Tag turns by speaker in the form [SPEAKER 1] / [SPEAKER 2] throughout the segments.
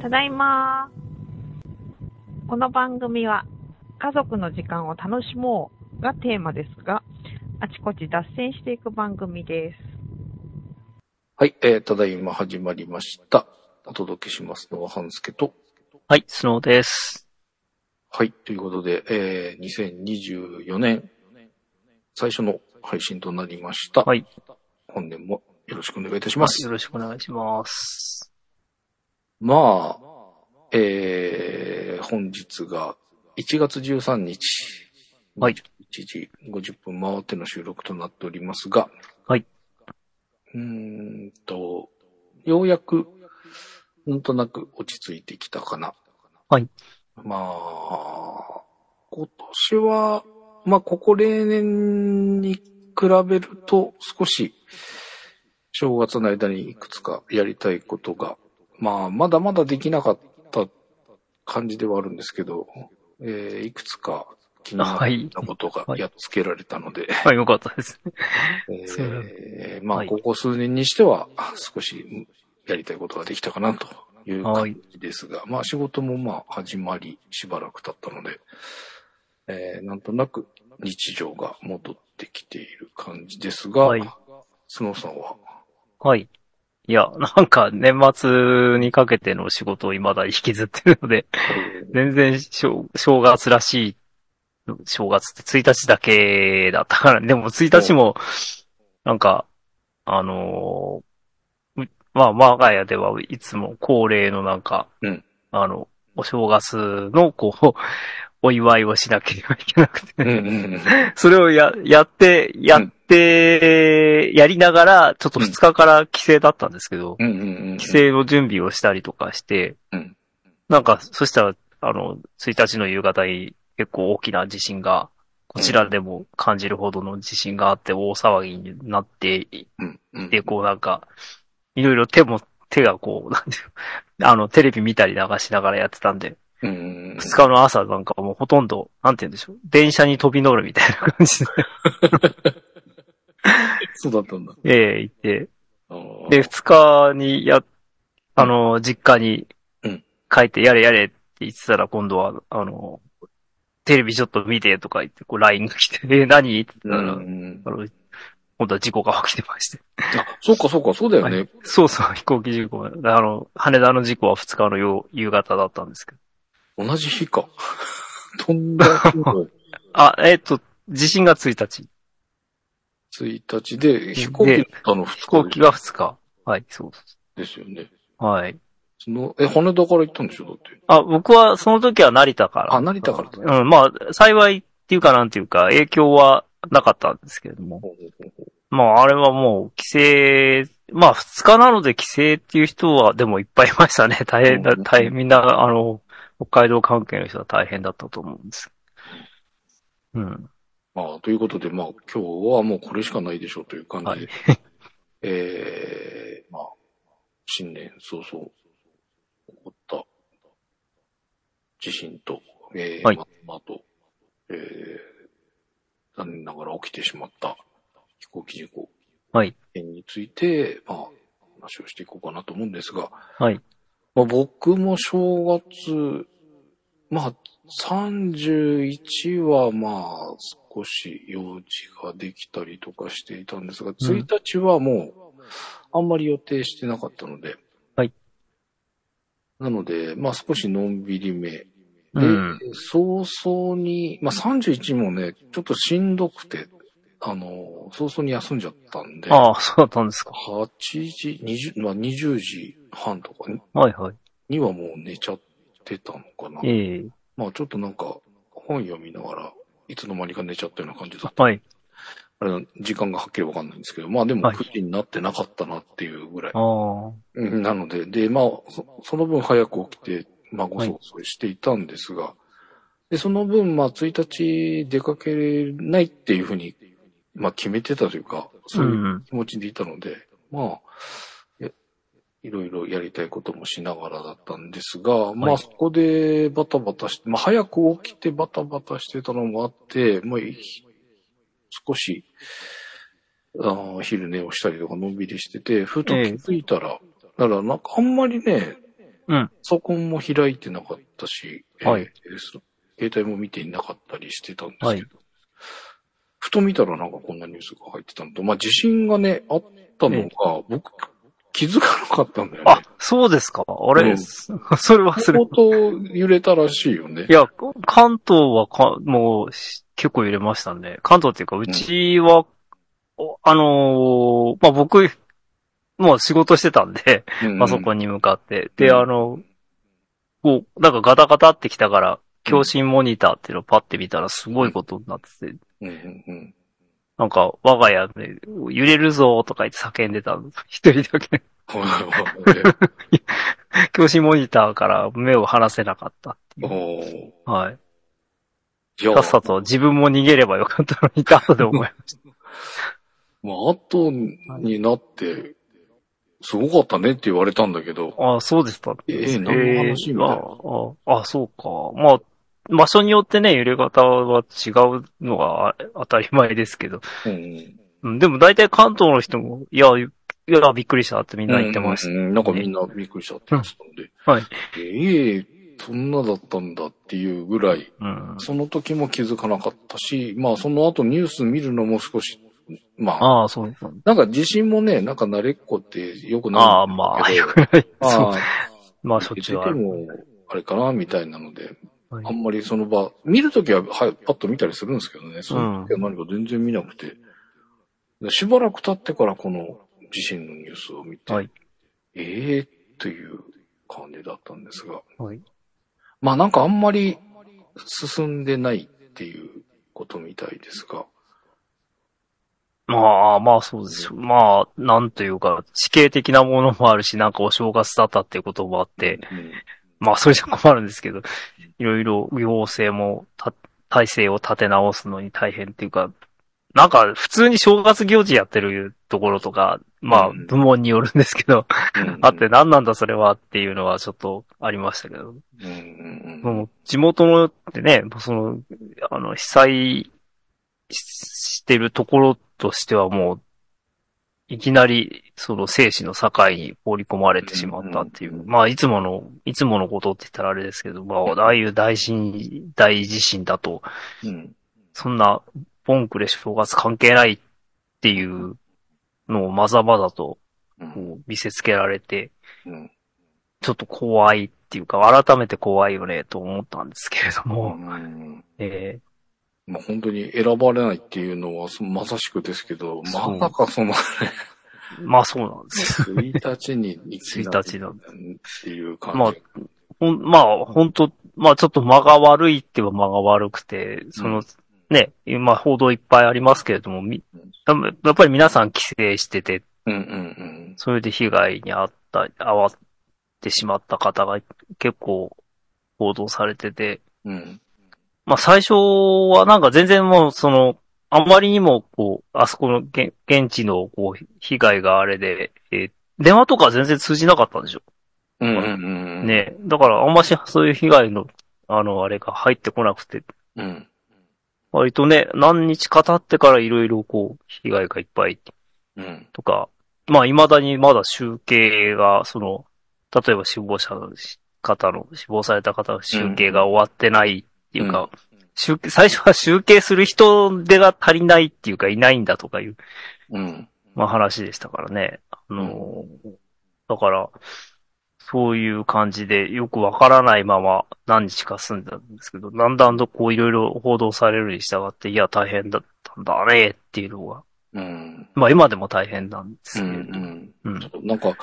[SPEAKER 1] ただいま。この番組は、家族の時間を楽しもうがテーマですが、あちこち脱線していく番組です。
[SPEAKER 2] はい、えー、ただいま始まりました。お届けしますのは半助と。
[SPEAKER 3] はい、スノーです。
[SPEAKER 2] はい、ということで、えー、2024年最初の配信となりました。
[SPEAKER 3] はい。
[SPEAKER 2] 本年もよろしくお願いいたします。
[SPEAKER 3] よろしくお願いします。
[SPEAKER 2] まあ、えー、本日が1月13日。
[SPEAKER 3] はい。
[SPEAKER 2] 1時50分回っての収録となっておりますが。
[SPEAKER 3] はい。
[SPEAKER 2] うーんと、ようやく、なんとなく落ち着いてきたかな。
[SPEAKER 3] はい。
[SPEAKER 2] まあ、今年は、まあ、ここ例年に比べると少し、正月の間にいくつかやりたいことが、まあ、まだまだできなかった感じではあるんですけど、えーいくつか気になっ
[SPEAKER 3] はい。
[SPEAKER 2] たことが
[SPEAKER 3] はい
[SPEAKER 2] やっつけられたので、
[SPEAKER 3] はい、よかったです。そう
[SPEAKER 2] えーまあ、
[SPEAKER 3] はい
[SPEAKER 2] ここ数年にしては、少しやりたいことができたかなという
[SPEAKER 3] はい
[SPEAKER 2] 感じですが、まあ、仕事もまあ、始まり、しばらく経ったので、えーなんとなく日常が戻ってきている感じですが、
[SPEAKER 3] はい
[SPEAKER 2] スノーさんは、
[SPEAKER 3] はい。いや、なんか年末にかけての仕事を未だに引きずってるので、全然正正月らしい、正月って1日だけだったから、でも1日も、なんか、あのーうまあ、我が家ではいつも恒例のなんか、
[SPEAKER 2] うん
[SPEAKER 3] あの、お正月の、こう、お祝いをしなければいけなくて、
[SPEAKER 2] うんうん
[SPEAKER 3] それをや、やって、やって、やりながら、ちょっと2日から帰省だったんですけど、
[SPEAKER 2] うん、うんうんうん。
[SPEAKER 3] 帰省の準備をしたりとかして、
[SPEAKER 2] うん
[SPEAKER 3] なんか、そしたら、あの、1日の夕方に結構大きな地震が、こちらでも感じるほどの地震があって大騒ぎになってい
[SPEAKER 2] うんうん
[SPEAKER 3] て、こうなんか、いろいろ手も、手がこう、なん ていうのあの、テレビ見たり流しながらやってたんで、
[SPEAKER 2] うんうんうん
[SPEAKER 3] 2日の朝なんかもうほとんど、なんて言うんでしょう、電車に飛び乗るみたいな感じで
[SPEAKER 2] そうだったんだ。
[SPEAKER 3] ええ、行って。
[SPEAKER 2] あー
[SPEAKER 3] で、二日にや、あの、実家に
[SPEAKER 2] うん
[SPEAKER 3] 帰ってやれやれって言ってたら、今度は、あの、テレビちょっと見てとか言って、こう、LINE が来て、え、何って言
[SPEAKER 2] う
[SPEAKER 3] っ
[SPEAKER 2] ん
[SPEAKER 3] た
[SPEAKER 2] う
[SPEAKER 3] ら、
[SPEAKER 2] ん、
[SPEAKER 3] あの、今度は事故が起きてまして。
[SPEAKER 2] あ、そうかそうか、そうだよね。
[SPEAKER 3] はいそうそう、飛行機事故。あの、羽田の事故は二日のよう夕方だったんですけど。
[SPEAKER 2] 同じ日か。とんだこと。
[SPEAKER 3] あ、えっと、地震が1日。
[SPEAKER 2] 1日で、飛行機だったの
[SPEAKER 3] 飛行
[SPEAKER 2] 2
[SPEAKER 3] 機
[SPEAKER 2] 日
[SPEAKER 3] が2日。はい、そうそ
[SPEAKER 2] ですよね。
[SPEAKER 3] う。はい。
[SPEAKER 2] その、え、羽田から行ったんでしょだって。
[SPEAKER 3] あ、僕は、その時は成田から。
[SPEAKER 2] あ、成田からだね。
[SPEAKER 3] うん、まあ、幸いっていうかなんていうか、影響はなかったんですけれども。まあ、あれはもう、帰省、まあ、二日なので帰省っていう人は、でもいっぱいいましたね。 大変だ
[SPEAKER 2] う、ん
[SPEAKER 3] 大変、みんな、あの、北海道関係の人は大変だったと思うんです。うん。
[SPEAKER 2] まあ、ということで、まあ、今日はもうこれしかないでしょうという感じで。
[SPEAKER 3] はい
[SPEAKER 2] えー、まあ、新年早々起こった地震と、えー、
[SPEAKER 3] はい
[SPEAKER 2] まああと、えー、残念ながら起きてしまった飛行機事故。
[SPEAKER 3] はい。
[SPEAKER 2] について、まあ、話をしていこうかなと思うんですが。
[SPEAKER 3] はい。
[SPEAKER 2] まあ、僕も正月、まあ、31はまあ、少し用事ができたりとかしていたんですが、1日はもう、あんまり予定してなかったので。
[SPEAKER 3] はい。
[SPEAKER 2] なので、まあ少しのんびりめ。
[SPEAKER 3] う
[SPEAKER 2] で
[SPEAKER 3] ん。
[SPEAKER 2] 早々に、まあ31もね、ちょっとしんどくて、あの、早々に休んじゃったんで、
[SPEAKER 3] ああ、そうだったんですか。
[SPEAKER 2] 8時、20、まあ20時半とかに
[SPEAKER 3] はいはい。
[SPEAKER 2] にはもう寝ちゃってたのかな。
[SPEAKER 3] ええ
[SPEAKER 2] まあちょっとなんか、本読みながら、いつの間にか寝ちゃったような感じだった。
[SPEAKER 3] はい。
[SPEAKER 2] あれ、時間がはっきりわかんないんですけど、まあでも
[SPEAKER 3] はい
[SPEAKER 2] 9時になってなかったなっていうぐらい
[SPEAKER 3] あ。あ。
[SPEAKER 2] うんなので、で、まあ、そその分早く起きて、まあ、ごそごそしていたんですが、で、その分、まあ、1日出かけないっていうふうに、まあ、決めてたというか、
[SPEAKER 3] う。
[SPEAKER 2] そういうん気持ちでいたので、まあ、えいろいろやりたいこともしながらだったんですが、ま
[SPEAKER 3] は
[SPEAKER 2] あ
[SPEAKER 3] い
[SPEAKER 2] そこでバタバタして、まあ早く起きてバタバタしてたのもあって、まあい少し、あー昼寝をしたりとかのんびりしてて、ふと気づいたら、だからなんかあんまりね、
[SPEAKER 3] うん。
[SPEAKER 2] パソコンも開いてなかったし、
[SPEAKER 3] はい
[SPEAKER 2] えーそ携帯も見ていなかったりしてたんですけど、
[SPEAKER 3] はい
[SPEAKER 2] ふと見たらなんかこんなニュースが入ってたのと、まあ地震がね、あったの
[SPEAKER 3] え
[SPEAKER 2] が、僕気づかなかったんだよね
[SPEAKER 3] あ。、そうですかあれ、
[SPEAKER 2] うん
[SPEAKER 3] それ忘れ
[SPEAKER 2] 相。当揺れたらしいよね
[SPEAKER 3] い。や、関東はか、もう、し結構揺れましたね。関東っていうか、うちは、おあのーまあ、僕、もう仕事してたんで、パソコ
[SPEAKER 2] ン。
[SPEAKER 3] ンに向かって。で、
[SPEAKER 2] うん
[SPEAKER 3] あの、こう、なんかガタガタってきたから、共振モニターっていうのをパッて見たらすごいことになってて、
[SPEAKER 2] うんうんうん
[SPEAKER 3] なんか我が家で揺れるぞーとか言って叫んでたの。 一人だけ。
[SPEAKER 2] はいはいはい
[SPEAKER 3] 共振モニターから目を離せなかったっていう。
[SPEAKER 2] おー
[SPEAKER 3] はい。
[SPEAKER 2] いや
[SPEAKER 3] さっさと自分も逃げればよかったのにって後で思いまし
[SPEAKER 2] まあ、後になって、すごかったねって言われたんだけど、
[SPEAKER 3] た。ああ、そうでした。
[SPEAKER 2] ええ何の話みたいな
[SPEAKER 3] あああ、そうか。まあ、場所によってね、揺れ方は違うのが当たり前ですけど、
[SPEAKER 2] うん
[SPEAKER 3] うん、でも大体関東の人も、いや、いや、びっくりしたってみんな言ってました。
[SPEAKER 2] うんうんうんなんかみんなびっくりしちゃってましたので。
[SPEAKER 3] うんはい。
[SPEAKER 2] ええそんなだったんだっていうぐらい、
[SPEAKER 3] うん。
[SPEAKER 2] その時も気づかなかったし、まあその後ニュース見るのも少し、まあ、
[SPEAKER 3] ああ、そうです。
[SPEAKER 2] なんか地震もね、なんか慣れっこってよく
[SPEAKER 3] あ
[SPEAKER 2] な
[SPEAKER 3] あ、まあ、
[SPEAKER 2] い
[SPEAKER 3] よ
[SPEAKER 2] んだ
[SPEAKER 3] くない。
[SPEAKER 2] けど、
[SPEAKER 3] そう
[SPEAKER 2] まあ、
[SPEAKER 3] まあ、しょっ
[SPEAKER 2] 出
[SPEAKER 3] ち
[SPEAKER 2] て
[SPEAKER 3] ゅ
[SPEAKER 2] て
[SPEAKER 3] うある。
[SPEAKER 2] も、あれかな、みたいなので、
[SPEAKER 3] はい
[SPEAKER 2] あんまりその場、見るときは、はい、パッと見たりするんですけどね、その時は何か全然見なくて、でしばらく経ってからこの地震のニュースを見て、
[SPEAKER 3] はい
[SPEAKER 2] ええという感じだったんですが、
[SPEAKER 3] はい
[SPEAKER 2] まあなんかあんまり進んでないっていうことみたいですが、
[SPEAKER 3] まあ、まあ、そうです。まあ、なんというか、地形的なものもあるし、なんかお正月だったっていうこともあって、
[SPEAKER 2] うん
[SPEAKER 3] まあ、それじゃ困るんですけど、いろいろ行政もた、体制を立て直すのに大変っていうか、なんか、普通に正月行事やってるところとか、まあ、
[SPEAKER 2] うん
[SPEAKER 3] 部門によるんですけど、
[SPEAKER 2] うん
[SPEAKER 3] あって、何なんだそれはっていうのはちょっとありましたけど、
[SPEAKER 2] うんうんうん
[SPEAKER 3] もう地元のってね、その、あの、被災ししてるところとしてはもう、いきなり、その生死の境に放り込まれてしまったっていう。
[SPEAKER 2] うんうん
[SPEAKER 3] まあ、いつもの、いつものことって言ったらあれですけど、まあ、ああいう大震、大地震だと、
[SPEAKER 2] うん
[SPEAKER 3] そんな、ボンクレ正月関係ないっていうのをまざまざと
[SPEAKER 2] うん
[SPEAKER 3] こう見せつけられて、
[SPEAKER 2] うん
[SPEAKER 3] ちょっと怖いっていうか、改めて怖いよね、と思ったんですけれども、
[SPEAKER 2] うん
[SPEAKER 3] え
[SPEAKER 2] まあ本当に選ばれないっていうのはそまさしくですけど、
[SPEAKER 3] そう
[SPEAKER 2] まさかその
[SPEAKER 3] ーまあそうなんです。
[SPEAKER 2] 1日に1
[SPEAKER 3] 1日なん
[SPEAKER 2] っていう感じ。
[SPEAKER 3] まあほんまあ本当まあちょっと間が悪いって言えば間が悪くて、その、
[SPEAKER 2] うん
[SPEAKER 3] ね、今報道いっぱいありますけれども、み
[SPEAKER 2] うん
[SPEAKER 3] 多分やっぱり皆さん帰省してて、
[SPEAKER 2] うんうん
[SPEAKER 3] それで被害に遭った、遭わってしまった方が結構報道されてて、
[SPEAKER 2] うん。うん。
[SPEAKER 3] まあ最初はなんか全然もうその、あんまりにもこう、あそこの現現地のこう被害があれで、えー電話とか全然通じなかったんでしょ。
[SPEAKER 2] うんうんうん。。
[SPEAKER 3] ねだからあんましそういう被害の、あの、あれが入ってこなくて、
[SPEAKER 2] うん。
[SPEAKER 3] 割とね、何日か経ってからいろいろこう、被害がいっぱい
[SPEAKER 2] うん。
[SPEAKER 3] とか、まあ未だにまだ集計が、その、例えば死亡者の方の、死亡された方の集計が終わってないっていうか、
[SPEAKER 2] うん
[SPEAKER 3] 集計、最初は集計する人手が足りないっていうかいないんだとかいう、
[SPEAKER 2] うん。
[SPEAKER 3] まあ話でしたからね。あのー、だから、そういう感じでよくわからないまま何日か住んだんですけど、だんだんとこういろいろ報道されるに従って、いや大変だったんだねっていうのが、
[SPEAKER 2] うん。
[SPEAKER 3] まあ今でも大変なんです
[SPEAKER 2] う
[SPEAKER 3] けれど。
[SPEAKER 2] ん。
[SPEAKER 3] うん
[SPEAKER 2] なんか、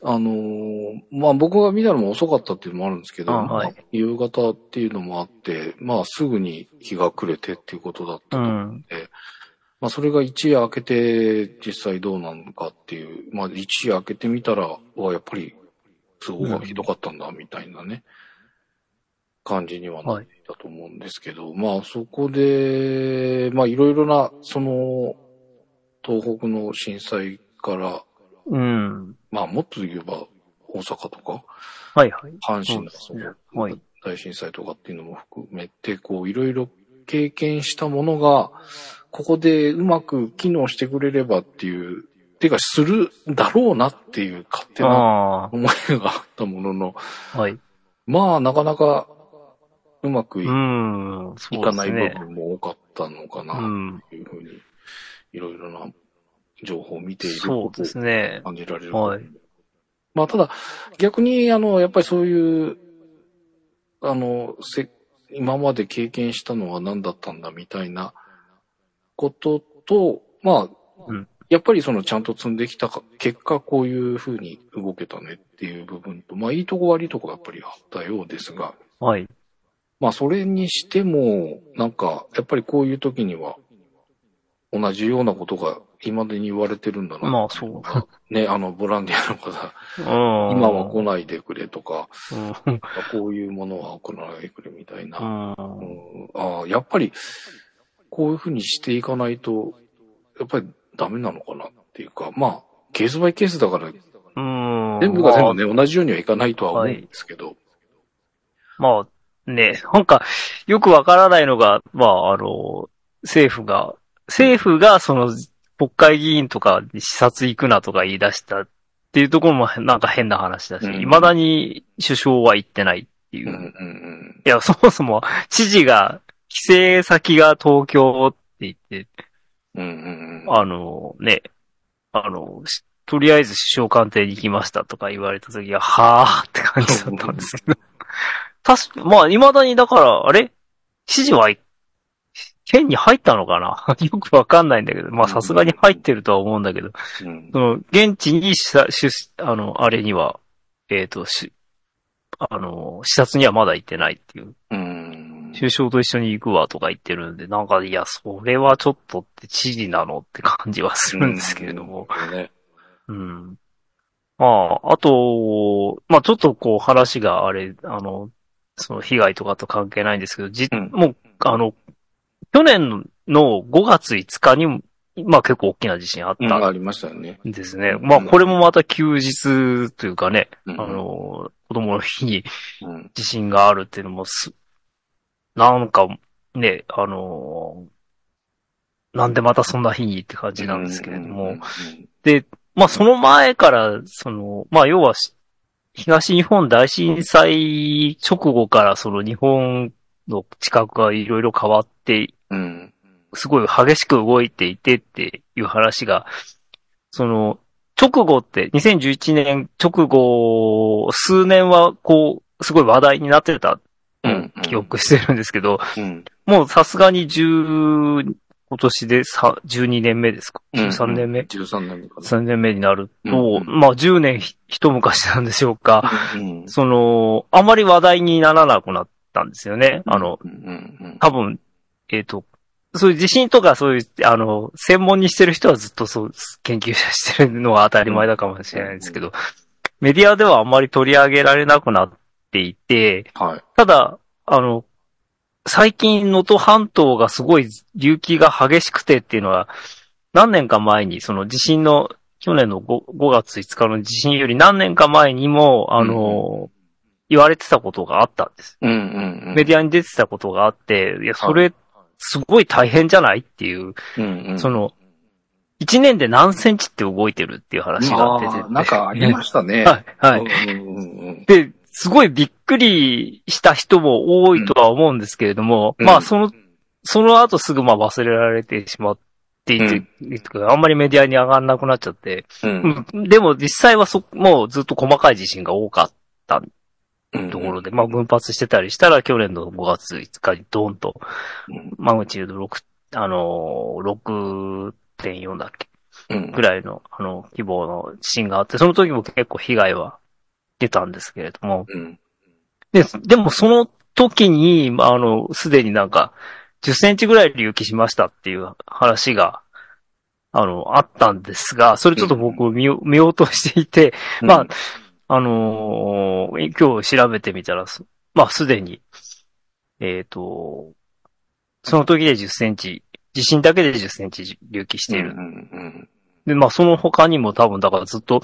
[SPEAKER 2] あのーまあ、僕が見たのも遅かったっていうのもあるんですけど、
[SPEAKER 3] あはい
[SPEAKER 2] まあ夕方っていうのもあって、まあ、すぐに日が暮れてっていうことだったと思う
[SPEAKER 3] うん
[SPEAKER 2] まあ、それが一夜明けて実際どうなのかっていう、まあ、一夜明けてみたら、うわ、やっぱり、すご
[SPEAKER 3] うん
[SPEAKER 2] いひどかったんだ、みたいなね、感じにはなっていたと思うんですけど、まあ、そこで、まあ、いろいろな、その、東北の震災から、
[SPEAKER 3] うん。
[SPEAKER 2] まあ、もっと言えば、大阪とか、
[SPEAKER 3] はいはい。
[SPEAKER 2] 阪神の
[SPEAKER 3] そうですね
[SPEAKER 2] その
[SPEAKER 3] はい
[SPEAKER 2] 大震災とかっていうのも含めて、こう、いろいろ経験したものが、ここでうまく機能してくれればっていうていうか、するんだろうなっていう勝手な
[SPEAKER 3] あ
[SPEAKER 2] 思いがあったものの、
[SPEAKER 3] あ、はい。
[SPEAKER 2] まあ、なかなかうまくい,、
[SPEAKER 3] うん、そう
[SPEAKER 2] か
[SPEAKER 3] で
[SPEAKER 2] ない
[SPEAKER 3] す
[SPEAKER 2] 部
[SPEAKER 3] ね。
[SPEAKER 2] 分も多かったのかな
[SPEAKER 3] う、ん、
[SPEAKER 2] というふうに、いろいろな情報を見ている
[SPEAKER 3] そ
[SPEAKER 2] こ
[SPEAKER 3] う
[SPEAKER 2] と
[SPEAKER 3] で
[SPEAKER 2] を
[SPEAKER 3] すね。
[SPEAKER 2] 感じられる。
[SPEAKER 3] はい。
[SPEAKER 2] まあ、ただ、逆に、あの、やっぱりそういう、あの、せ、今まで経験したのは何だったんだみたいなことと、まあ、
[SPEAKER 3] うん
[SPEAKER 2] やっぱりそのちゃんと積んできたか結果こういうふうに動けたねっていう部分と、まあいいとこ悪いとこがやっぱりあったようですが、
[SPEAKER 3] はい。
[SPEAKER 2] まあそれにしても、なんかやっぱりこういう時には同じようなことが今までに言われてるんだな。
[SPEAKER 3] まあ、そう。
[SPEAKER 2] ね、あのボランティアの方、今
[SPEAKER 3] 今
[SPEAKER 2] は来ないでくれとか、
[SPEAKER 3] うん。
[SPEAKER 2] こういうものは送らないでくれみたいな。
[SPEAKER 3] うん
[SPEAKER 2] うんああ、やっぱり、こういうふうにしていかないと、やっぱりダメなのかなっていうか、まあ、ケースバイケースだから、
[SPEAKER 3] うん。
[SPEAKER 2] 全部が全部ね、同じようにはいかないとは思うんですけど、
[SPEAKER 3] まあ、ね、なんか、よくわからないのが、まあ、あの、政府が、政府が、その、国会議員とかに視察行くなとか言い出したっていうところも、なんか変な話だし、
[SPEAKER 2] うん
[SPEAKER 3] 未だに首相は行ってないっていう。
[SPEAKER 2] うんう
[SPEAKER 3] い
[SPEAKER 2] ん
[SPEAKER 3] や、そもそも、知事が、帰省先が東京って言って、
[SPEAKER 2] うん。うんうんうん。
[SPEAKER 3] あの、ね、あの、しとりあえず首相官邸に行きましたとか言われた時は、はぁーって感じだったんですけど。 確か、まあ、未だにだから、あれ指示は、県に入ったのかな よくわかんないんだけど、まあ、さすがに入ってるとは思うんだけど、
[SPEAKER 2] うん
[SPEAKER 3] その、現地にしさ、しゅあの、あれには、えっ、と、し、あの、視察にはまだ行ってないっていう。
[SPEAKER 2] うん。
[SPEAKER 3] 首相と一緒に行くわとか言ってるんで、なんか、いや、それはちょっとって知事なのって感じはするんですけれども。
[SPEAKER 2] うん。ね
[SPEAKER 3] うん。まあ、あと、まあちょっとこう話があれ、あの、その被害とかと関係ないんですけど、じ、
[SPEAKER 2] うん
[SPEAKER 3] もう、あの、去年の5月5日にも、まあ結構大きな地震あっ
[SPEAKER 2] うん、
[SPEAKER 3] た
[SPEAKER 2] ありましたよね。
[SPEAKER 3] んですね。まあこれもまた休日というかね、
[SPEAKER 2] あ
[SPEAKER 3] あ、の、子供の日に
[SPEAKER 2] うん。
[SPEAKER 3] 地震があるっていうのもす、なんかね、あの、なんでまたそんな日にって感じなんですけれども、で、まあその前から、その、まあ要はし、東日本大震災直後からその日本の地殻がいろいろ変わって、
[SPEAKER 2] うん、うん。
[SPEAKER 3] すごい激しく動いていてっていう話が、その、直後って、2011年直後、数年はこう、すごい話題になってた
[SPEAKER 2] うん。うん。
[SPEAKER 3] 記憶してるんですけど、
[SPEAKER 2] うん。
[SPEAKER 3] もうさすがに10、今年でさ12年目ですか
[SPEAKER 2] うん。
[SPEAKER 3] ?13 年目
[SPEAKER 2] ?13 年目かな。
[SPEAKER 3] 3年目になる
[SPEAKER 2] う
[SPEAKER 3] と、
[SPEAKER 2] ん
[SPEAKER 3] まあ10年ひ一昔なんでしょうか、
[SPEAKER 2] うん。
[SPEAKER 3] その、あまり話題にならなくなったんですよね。あの、
[SPEAKER 2] うん、うん。
[SPEAKER 3] 多分、えっ、と、そういう地震とかそういう、あの、専門にしてる人はずっとそう、研究者してるのは当たり前だかもしれないですけど、メディアではあんまり取り上げられなくなっていて、
[SPEAKER 2] はい。
[SPEAKER 3] ただ、あの、最近、能登半島がすごい隆起が激しくてっていうのは、何年か前に、その地震の、去年の 5, 5月5日の地震より何年か前にも、あの、言われてたことがあったんです。
[SPEAKER 2] うん、うん。
[SPEAKER 3] メディアに出てたことがあって、いや、それ、すごい大変じゃないっていう、
[SPEAKER 2] うん、うん。
[SPEAKER 3] その、1年で何センチって動いてるっていう話が出
[SPEAKER 2] あ
[SPEAKER 3] てて。
[SPEAKER 2] ーなんかありましたね。
[SPEAKER 3] はい、はい。
[SPEAKER 2] うんうんうんうん
[SPEAKER 3] で、すごいびっくりした人も多いとは思うんですけれども、
[SPEAKER 2] うん
[SPEAKER 3] まあその、その後すぐまあ忘れられてしまっていて、あんまりメディアに上がんなくなっちゃって、
[SPEAKER 2] うん
[SPEAKER 3] うんでも実際はそ、もうずっと細かい地震が多かっ
[SPEAKER 2] うん
[SPEAKER 3] たところで、まあ群発してたりしたら去年の5月5日にドンと
[SPEAKER 2] うん、
[SPEAKER 3] マグニチュード6、あのー、6.4だっけ
[SPEAKER 2] うん
[SPEAKER 3] ぐらいの、あの、規模の地震があって、その時も結構被害は出たんですけれども、
[SPEAKER 2] うん
[SPEAKER 3] で、でもその時に、まああの、すでになんか、10センチぐらい隆起しましたっていう話が、あの、あったんですが、それちょっと僕見よ、見ようとしていて、まあ、あのー今日調べてみたら、そまあ、すでに、えっ、と、その時で10センチ、地震だけで10センチ隆起している
[SPEAKER 2] うんうん
[SPEAKER 3] で、まあその他にも多分だからずっと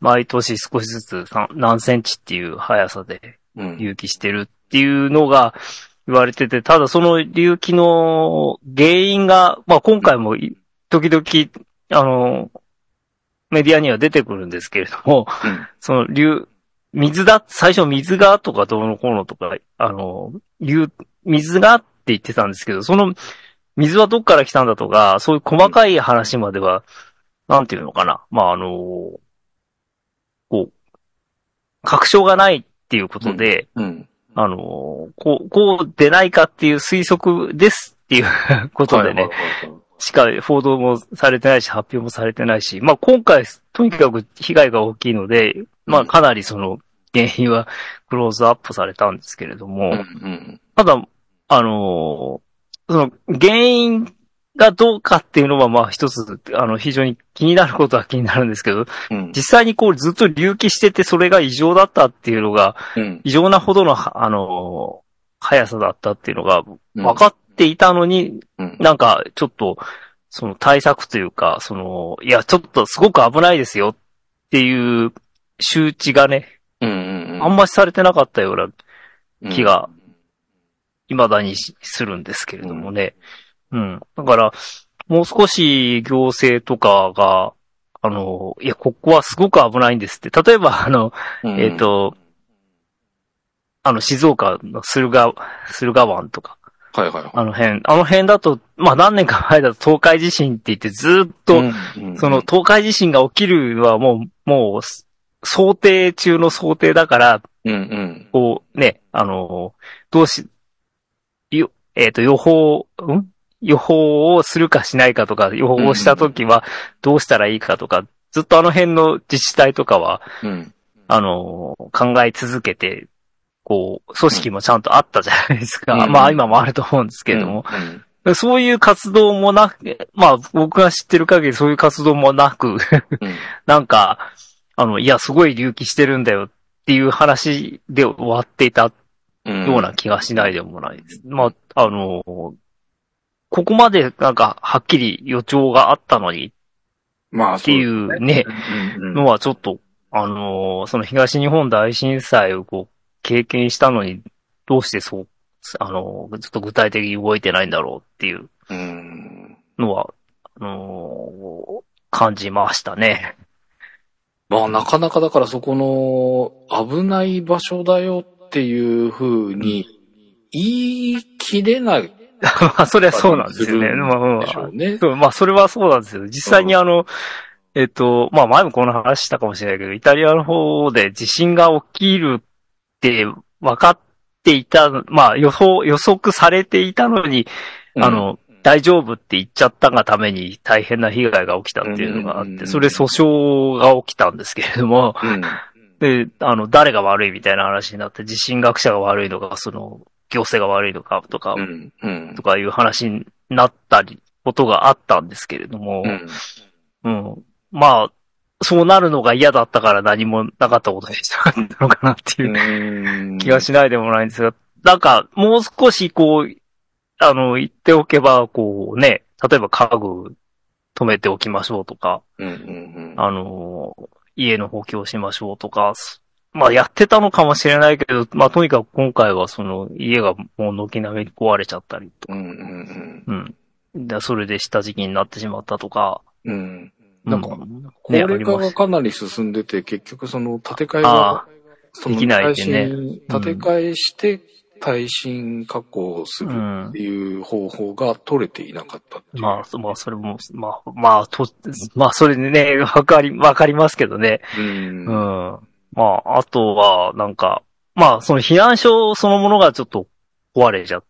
[SPEAKER 3] 毎年少しずつさ何センチっていう速さで
[SPEAKER 2] うんうん
[SPEAKER 3] 隆起してるっていうのが言われてて、ただその隆起の原因が、まあ今回もい時々、あの、メディアには出てくるんですけれども、
[SPEAKER 2] うん
[SPEAKER 3] その流、水だ、最初水がとかどうのこうのとか、あの、流、水がって言ってたんですけど、その水はどっから来たんだとか、そういう細かい話までは、なんていうのかな。まあ、あの、こう、確証がないっていうことで、
[SPEAKER 2] うん。
[SPEAKER 3] あの、こう、こう出ないかっていう推測ですっていう ことでね、
[SPEAKER 2] はいはいはいはい
[SPEAKER 3] しか報道もされてないし、発表もされてないし、まあ今回、とにかく被害が大きいので、まあかなりその原因はクローズアップされたんですけれども、
[SPEAKER 2] うん
[SPEAKER 3] ただ、あのーその原因がどうかっていうのはまあ一つ、あの非常に気になることは気になるんですけど、
[SPEAKER 2] うんうん
[SPEAKER 3] 実際にこうずっと隆起しててそれが異常だったっていうのが、
[SPEAKER 2] うん
[SPEAKER 3] 異常なほどのは、あのー速さだったっていうのが
[SPEAKER 2] うん
[SPEAKER 3] 分かっていたのに、
[SPEAKER 2] うん
[SPEAKER 3] なんか、ちょっと、その対策というか、その、いや、ちょっとすごく危ないですよっていう周知がね、
[SPEAKER 2] うんうんうん
[SPEAKER 3] あんましされてなかったような気が
[SPEAKER 2] うん、
[SPEAKER 3] 未だにしするんですけれどもね。うん。だから、もう少し行政とかが、あの、いや、ここはすごく危ないんですって。例えば、あの、
[SPEAKER 2] うん
[SPEAKER 3] えっ、、と、あの、静岡の駿河、駿河湾とか、
[SPEAKER 2] はいはいはい。
[SPEAKER 3] あの辺、あの辺だと、まあ何年か前だと東海地震って言ってずっと、
[SPEAKER 2] うん
[SPEAKER 3] その、東海地震が起きるのはもう、もう、想定中の想定だから、
[SPEAKER 2] うんうん。
[SPEAKER 3] こうね、あの、どうし、よ、えっ、と、予報、ん予報をするかしないかとか、予報をしたときはどうしたらいいかとか、ずっとあの辺の自治体とかは、
[SPEAKER 2] うん。
[SPEAKER 3] あの、考え続けて、こう、組織もちゃんとあったじゃないですか。
[SPEAKER 2] うん
[SPEAKER 3] まあ今もあると思うんですけれども。
[SPEAKER 2] うん。
[SPEAKER 3] そういう活動もなく、まあ僕が知ってる限りそういう活動もなく、
[SPEAKER 2] う ん
[SPEAKER 3] なんか、あの、いや、すごい隆起してるんだよっていう話で終わっていたよ
[SPEAKER 2] うん
[SPEAKER 3] うな気がしないでもないです。まあ、あの、ここまでなんかはっきり予兆があったのに
[SPEAKER 2] まあ、
[SPEAKER 3] ってい。うね、
[SPEAKER 2] うんう
[SPEAKER 3] の
[SPEAKER 2] ん。
[SPEAKER 3] はちょっと、あの、その東日本大震災をこう経験したのに、どうしてそう、あの、ずっと具体的に動いてないんだろうっていう
[SPEAKER 2] うん。
[SPEAKER 3] のは、あのー感じましたね。
[SPEAKER 2] まあ、なかなかだからそこの、危ない場所だよっていうふうに、言い切れない。
[SPEAKER 3] まあ、それはそうなんですよね。まあ、ま
[SPEAKER 2] でしょ
[SPEAKER 3] あ
[SPEAKER 2] うね。
[SPEAKER 3] そうまあ、それはそうなんですよ。実際にあの、えっと、まあ、前もこの話したかもしれないけど、イタリアの方で地震が起きるって分かっていた、まあ、予想、予測されていたのに、
[SPEAKER 2] うん
[SPEAKER 3] あ、の、大丈夫って言っちゃったがために大変な被害が起きたっていうのがあ
[SPEAKER 2] う
[SPEAKER 3] っ
[SPEAKER 2] んうんうんう
[SPEAKER 3] て、
[SPEAKER 2] ん
[SPEAKER 3] それ訴訟が起きたんですけれども、
[SPEAKER 2] うん。
[SPEAKER 3] で、あの、誰が悪いみたいな話になって、地震学者が悪いのか、その、行政が悪いのか、とか、
[SPEAKER 2] うん。うん
[SPEAKER 3] と。かいう話になったり、ことがあったんですけれども
[SPEAKER 2] う、ん。
[SPEAKER 3] うん。まあ、そうなるのが嫌だったから何もなかったことにしたかったのかなっていう
[SPEAKER 2] うん
[SPEAKER 3] 気がしないでもないんですが、なんか、もう少しこう、あの、言っておけば、こうね、例えば家具止めておきましょうとか、
[SPEAKER 2] うんうん
[SPEAKER 3] あのー、家の補強しましょうとか、すまあやってたのかもしれないけど、まあとにかく今回はその家がもう軒並み壊れちゃったりと
[SPEAKER 2] うん。うんうん
[SPEAKER 3] うん。でそれで下敷きになってしまったとか、
[SPEAKER 2] うん。うん。な
[SPEAKER 3] な
[SPEAKER 2] ん
[SPEAKER 3] ん
[SPEAKER 2] か
[SPEAKER 3] か、
[SPEAKER 2] 高齢化
[SPEAKER 3] ありま
[SPEAKER 2] が
[SPEAKER 3] す
[SPEAKER 2] かなり進んでて、結局その建て替え
[SPEAKER 3] あ
[SPEAKER 2] が
[SPEAKER 3] あ、
[SPEAKER 2] その
[SPEAKER 3] できないってね
[SPEAKER 2] 耐震建て替えして、耐震加工するっていう方法が取れていなかったっていう。
[SPEAKER 3] まあ、そまあ、それも、まあ、まあ、と、まあ、それでね、わかり、わかりますけどね。
[SPEAKER 2] うん
[SPEAKER 3] うん。まあ、あとは、なんか、まあ、その避難所そのものがちょっと壊れちゃ、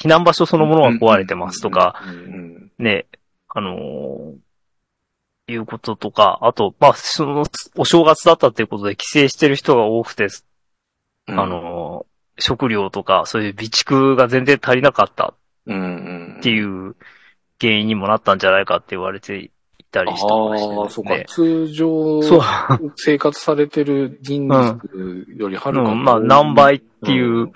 [SPEAKER 3] 避難場所そのものが壊れてますとか、。
[SPEAKER 2] うん
[SPEAKER 3] ね、あのーいうこととか、あと、まあ、その、お正月だったっていうことで帰省してる人が多くて、
[SPEAKER 2] うん
[SPEAKER 3] あ、のー食料とか、そういう備蓄が全然足りなかった
[SPEAKER 2] うんうん。
[SPEAKER 3] っていう原因にもなったんじゃないかって言われていたりしたりして
[SPEAKER 2] ああ、
[SPEAKER 3] です
[SPEAKER 2] そうか
[SPEAKER 3] ね。。
[SPEAKER 2] 通常、
[SPEAKER 3] そう、
[SPEAKER 2] 生活されてる人数よりは
[SPEAKER 3] あ
[SPEAKER 2] るか
[SPEAKER 3] の、
[SPEAKER 2] に
[SPEAKER 3] まあ、何倍っていう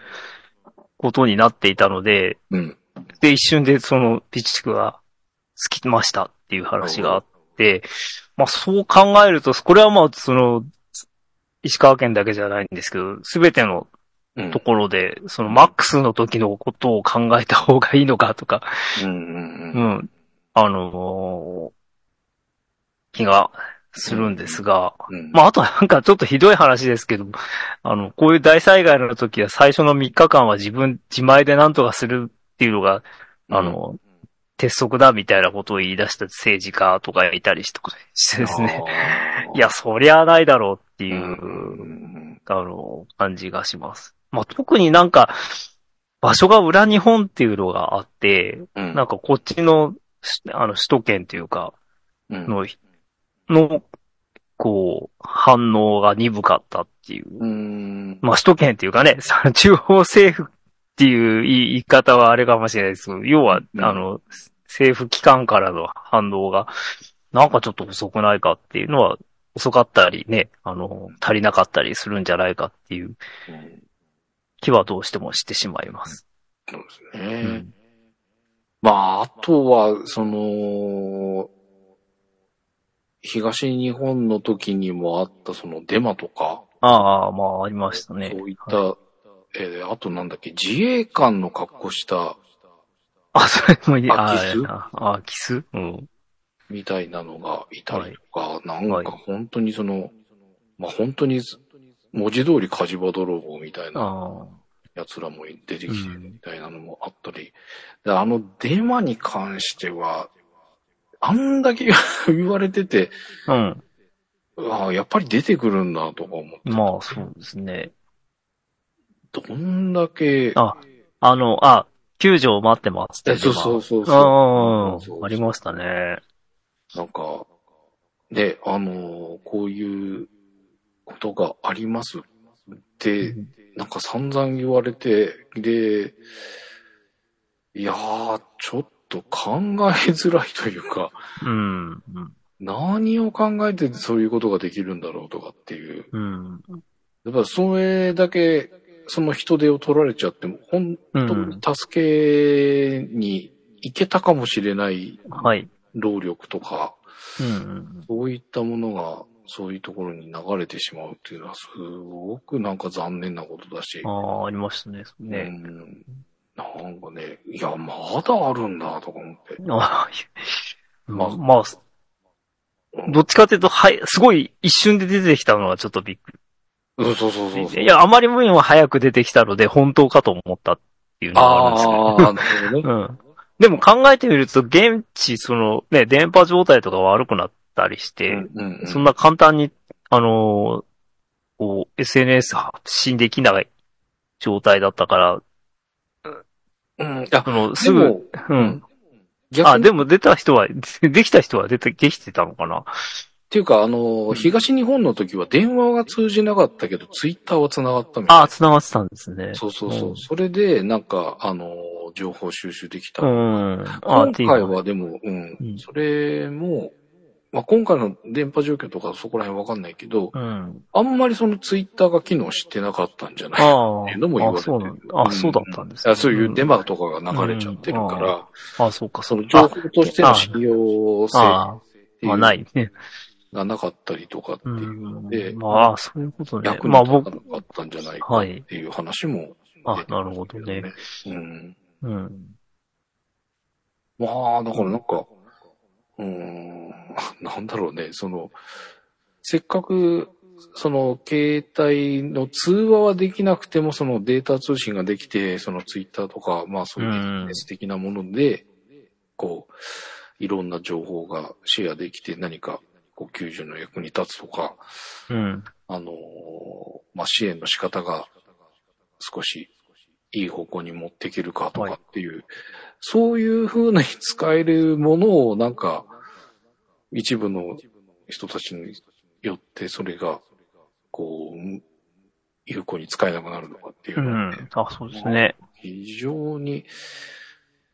[SPEAKER 3] ことになっていたので、
[SPEAKER 2] うん。
[SPEAKER 3] で、一瞬でその備蓄が尽きましたっていう話があって、まあそう考えると、これはまあその、石川県だけじゃないんですけど、すべての
[SPEAKER 2] うん
[SPEAKER 3] ところで、そのマックスの時のことを考えた方がいいのかとか、
[SPEAKER 2] うんうん
[SPEAKER 3] う
[SPEAKER 2] うん
[SPEAKER 3] ん、あのー気がするんですが、
[SPEAKER 2] うん。
[SPEAKER 3] まあ、あとなんかちょっとひどい話ですけど、あの、こういう大災害の時は最初の3日間は自分自前で何とかするっていうのが、あの、鉄則だみたいなことを言い出した政治家とかいたりしとかしてですね。
[SPEAKER 2] あー
[SPEAKER 3] い、や、そりゃないだろうって
[SPEAKER 2] う
[SPEAKER 3] い
[SPEAKER 2] ん
[SPEAKER 3] う、
[SPEAKER 2] うん
[SPEAKER 3] あの、感じがします。まあ、特になんか、場所が裏日本っていうのがあって、
[SPEAKER 2] うん。
[SPEAKER 3] なんかこっちの、しあの、首都圏というか、
[SPEAKER 2] うん、
[SPEAKER 3] の、の、こう、反応が鈍かったっていう。
[SPEAKER 2] うん。
[SPEAKER 3] まあ、首都圏っていうかね、 さ中央政府っていう言い言い方はあれかもしれないですけど、要は、
[SPEAKER 2] うん
[SPEAKER 3] あの、政府機関からの反応が、なんかちょっと遅くないかっていうのは、遅かったりね、あの、足りなかったりするんじゃないかっていう
[SPEAKER 2] うん
[SPEAKER 3] 気はどうしてもしてしまいます。
[SPEAKER 2] そうですね。
[SPEAKER 3] うん
[SPEAKER 2] まあ、あとは、その、東日本の時にもあった、そのデマとか、
[SPEAKER 3] ああ、まあ、ありましたね
[SPEAKER 2] そ。ういった、えーあとなんだっけ、自衛官の格好した
[SPEAKER 3] あ、それもいい。
[SPEAKER 2] あ
[SPEAKER 3] あ
[SPEAKER 2] キス
[SPEAKER 3] あ、あキスうん。
[SPEAKER 2] みたいなのがいたりとか、なんか本当にその、まあ本当にず文字通り火事場泥棒みたいな
[SPEAKER 3] あ
[SPEAKER 2] 奴らも出てきてるみたいなのもあったり、であのデマに関しては、あんだけ 言われてて、
[SPEAKER 3] あ。うん。
[SPEAKER 2] ああ、やっぱり出てくるんだとか思って、
[SPEAKER 3] まあ、そうですね。
[SPEAKER 2] どんだけ、
[SPEAKER 3] ああの、あ、救助を待ってますって
[SPEAKER 2] え
[SPEAKER 3] いう
[SPEAKER 2] そ
[SPEAKER 3] の
[SPEAKER 2] う
[SPEAKER 3] が。
[SPEAKER 2] そうそう
[SPEAKER 3] あ
[SPEAKER 2] そう
[SPEAKER 3] あ、ありましたね。
[SPEAKER 2] なんか、ね、あのーこういうことがありますって、なんか散々言われて、で、いやー、ちょっと考えづらいというか、
[SPEAKER 3] うん。うん
[SPEAKER 2] 何を考えてそういうことができるんだろうとかっていう。
[SPEAKER 3] うん。
[SPEAKER 2] やっぱそれだけ、その人手を取られちゃっても、本
[SPEAKER 3] う
[SPEAKER 2] 当に
[SPEAKER 3] ん。
[SPEAKER 2] 助けに行けたかもしれない
[SPEAKER 3] はい。
[SPEAKER 2] 労力とか、
[SPEAKER 3] うんうん。
[SPEAKER 2] そういったものが、そういうところに流れてしまうっていうのは、すごくなんか残念なことだし、
[SPEAKER 3] ああ、ありましたね。ね。
[SPEAKER 2] うん、なんかね、いや、まだあるんだ、とか思って。
[SPEAKER 3] ああ、
[SPEAKER 2] ま
[SPEAKER 3] ま
[SPEAKER 2] あ
[SPEAKER 3] あ、まあ、どっちかというと、はい、すごい一瞬で出てきたのはちょっとびっく
[SPEAKER 2] うん、そうそうそうそう。
[SPEAKER 3] り。いや、あまりにも早く出てきたので、本当かと思ったっていうのがあるんですけど。
[SPEAKER 2] ああ、なるほどね。
[SPEAKER 3] うん。でも考えてみると、現地、その、ね、電波状態とか悪くなったりして、
[SPEAKER 2] うんうん
[SPEAKER 3] そんな簡単に、あのーこう、SNS 発信できない状態だったから、
[SPEAKER 2] うん、いや、
[SPEAKER 3] その、す
[SPEAKER 2] で
[SPEAKER 3] ぐ、
[SPEAKER 2] も、
[SPEAKER 3] うん。
[SPEAKER 2] 逆に
[SPEAKER 3] あ、でも出た人は、 できた人は出て、できてたのかな
[SPEAKER 2] っていうか、あの、
[SPEAKER 3] ん
[SPEAKER 2] 東日本の時は電話が通じなかったけど、ツイッターは繋がったみたいな。
[SPEAKER 3] あ、繋がってたんですね。
[SPEAKER 2] そうそうそう。
[SPEAKER 3] うん
[SPEAKER 2] それで、なんか、あの、情報収集できた。
[SPEAKER 3] うん。あ、
[SPEAKER 2] 今
[SPEAKER 3] ってい
[SPEAKER 2] 回
[SPEAKER 3] うの
[SPEAKER 2] はでも、うん、
[SPEAKER 3] うん
[SPEAKER 2] それも、まあ、今回の電波状況とかそこら辺わかんないけど、
[SPEAKER 3] うん。
[SPEAKER 2] あんまりそのツイッターが機能してなかったんじゃないか
[SPEAKER 3] あ
[SPEAKER 2] っていうのも言わ
[SPEAKER 3] あ、
[SPEAKER 2] れて
[SPEAKER 3] そう
[SPEAKER 2] る
[SPEAKER 3] なんだ。あ、そうだったんですね
[SPEAKER 2] あそういうデマとかが流れちゃってるから、
[SPEAKER 3] うんあ、そうか、
[SPEAKER 2] そ
[SPEAKER 3] そう
[SPEAKER 2] の
[SPEAKER 3] か。
[SPEAKER 2] 情
[SPEAKER 3] あ
[SPEAKER 2] 報としての信用性
[SPEAKER 3] あ
[SPEAKER 2] っていう
[SPEAKER 3] まあ、ないね。
[SPEAKER 2] がなかったりとかって
[SPEAKER 3] う
[SPEAKER 2] いうので、
[SPEAKER 3] ん。まあ、そういうことね。
[SPEAKER 2] 役に
[SPEAKER 3] まあ、
[SPEAKER 2] 立たな
[SPEAKER 3] 僕
[SPEAKER 2] か、ったんじゃないか
[SPEAKER 3] は
[SPEAKER 2] っ
[SPEAKER 3] い。
[SPEAKER 2] ていう話も出
[SPEAKER 3] あ、
[SPEAKER 2] て
[SPEAKER 3] な
[SPEAKER 2] ま
[SPEAKER 3] るほ
[SPEAKER 2] した
[SPEAKER 3] ど
[SPEAKER 2] けど
[SPEAKER 3] ね。
[SPEAKER 2] ね。うん。
[SPEAKER 3] うん。
[SPEAKER 2] まあ、だからなんか、うーん、 なんだろうね、その、せっかく、その、携帯の通話はできなくても、そのデータ通信ができて、そのツイッターとか、まあそういう
[SPEAKER 3] うん
[SPEAKER 2] SNS 的なもので、こう、いろんな情報がシェアできて、何か、こう、救助の役に立つとか、
[SPEAKER 3] うん。
[SPEAKER 2] あのーまあ、支援の仕方が少しいい方向に持っていけるかとかっていう、そういうふうに使えるものをなんか、一部の人たちによってそれが、こううん、有効に使えなくなるのかっていう
[SPEAKER 3] う
[SPEAKER 2] のはね、
[SPEAKER 3] ん。あ、そうですね。
[SPEAKER 2] 非常に、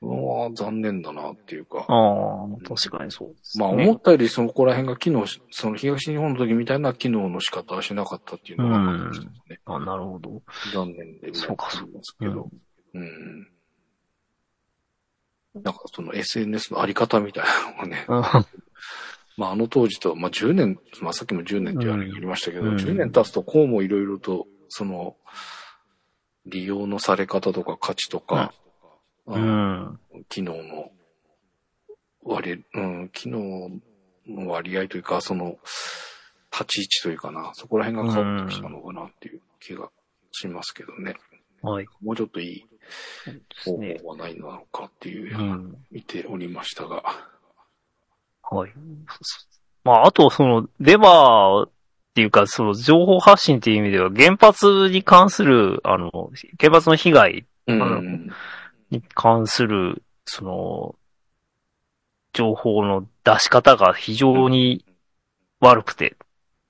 [SPEAKER 2] うわ残念だなっていうか、
[SPEAKER 3] ああ、確かにそうですね。
[SPEAKER 2] まあ思ったよりそこら辺が機能し、その東日本の時みたいな機能の仕方はしなかったっていうのが、
[SPEAKER 3] うん
[SPEAKER 2] ね、
[SPEAKER 3] あ、なるほ ど。
[SPEAKER 2] 残念で
[SPEAKER 3] そうかそう
[SPEAKER 2] なんですけど。うん。なんかその SNS のあり方みたいなのがね、 まああの当時と、まあ10年、まあさっきも10年ってあれ言いましたけど、
[SPEAKER 3] うん
[SPEAKER 2] 10年経つとこうもいろいろと、その、利用のされ方とか価値とか、
[SPEAKER 3] うん。
[SPEAKER 2] 機能の割れ、うん、機能割合というか、その、立ち位置というかな、そこら辺が変わってきたのかなっていう気がしますけどね。
[SPEAKER 3] はい。
[SPEAKER 2] もうちょっといい
[SPEAKER 3] です
[SPEAKER 2] 方
[SPEAKER 3] ね。
[SPEAKER 2] 法はないのかっていうう、
[SPEAKER 3] ん。
[SPEAKER 2] 見ておりましたが。
[SPEAKER 3] はい。まあ、あと、その、レバーっていうか、その、情報発信っていう意味では、原発に関する、あの、原発の被害
[SPEAKER 2] うん
[SPEAKER 3] うに関する、その、情報の出し方が非常に悪くて、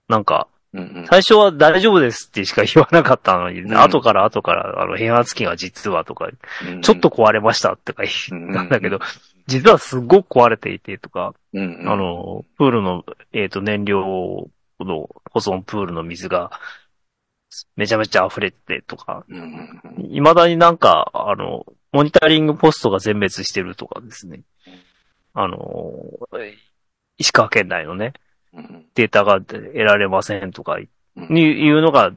[SPEAKER 3] なんか、
[SPEAKER 2] うんうん
[SPEAKER 3] 最初は大丈夫ですってしか言わなかったのに、
[SPEAKER 2] うん
[SPEAKER 3] 後から後から、あの、変圧器が実はとか、
[SPEAKER 2] うん
[SPEAKER 3] ちょっと、壊れましたとか言ったんだけど、実はすごく壊れていてとか、
[SPEAKER 2] うんうん
[SPEAKER 3] あ、の、プールの、えっ、と、燃料の保存プールの水が、めちゃめちゃ溢れてとか、
[SPEAKER 2] うんうんうん
[SPEAKER 3] 未だになんか、あの、モニタリングポストが全滅してるとかですね。あの、石川県内のね、
[SPEAKER 2] うん
[SPEAKER 3] データが得られませんとか、
[SPEAKER 2] うん
[SPEAKER 3] にいうのが、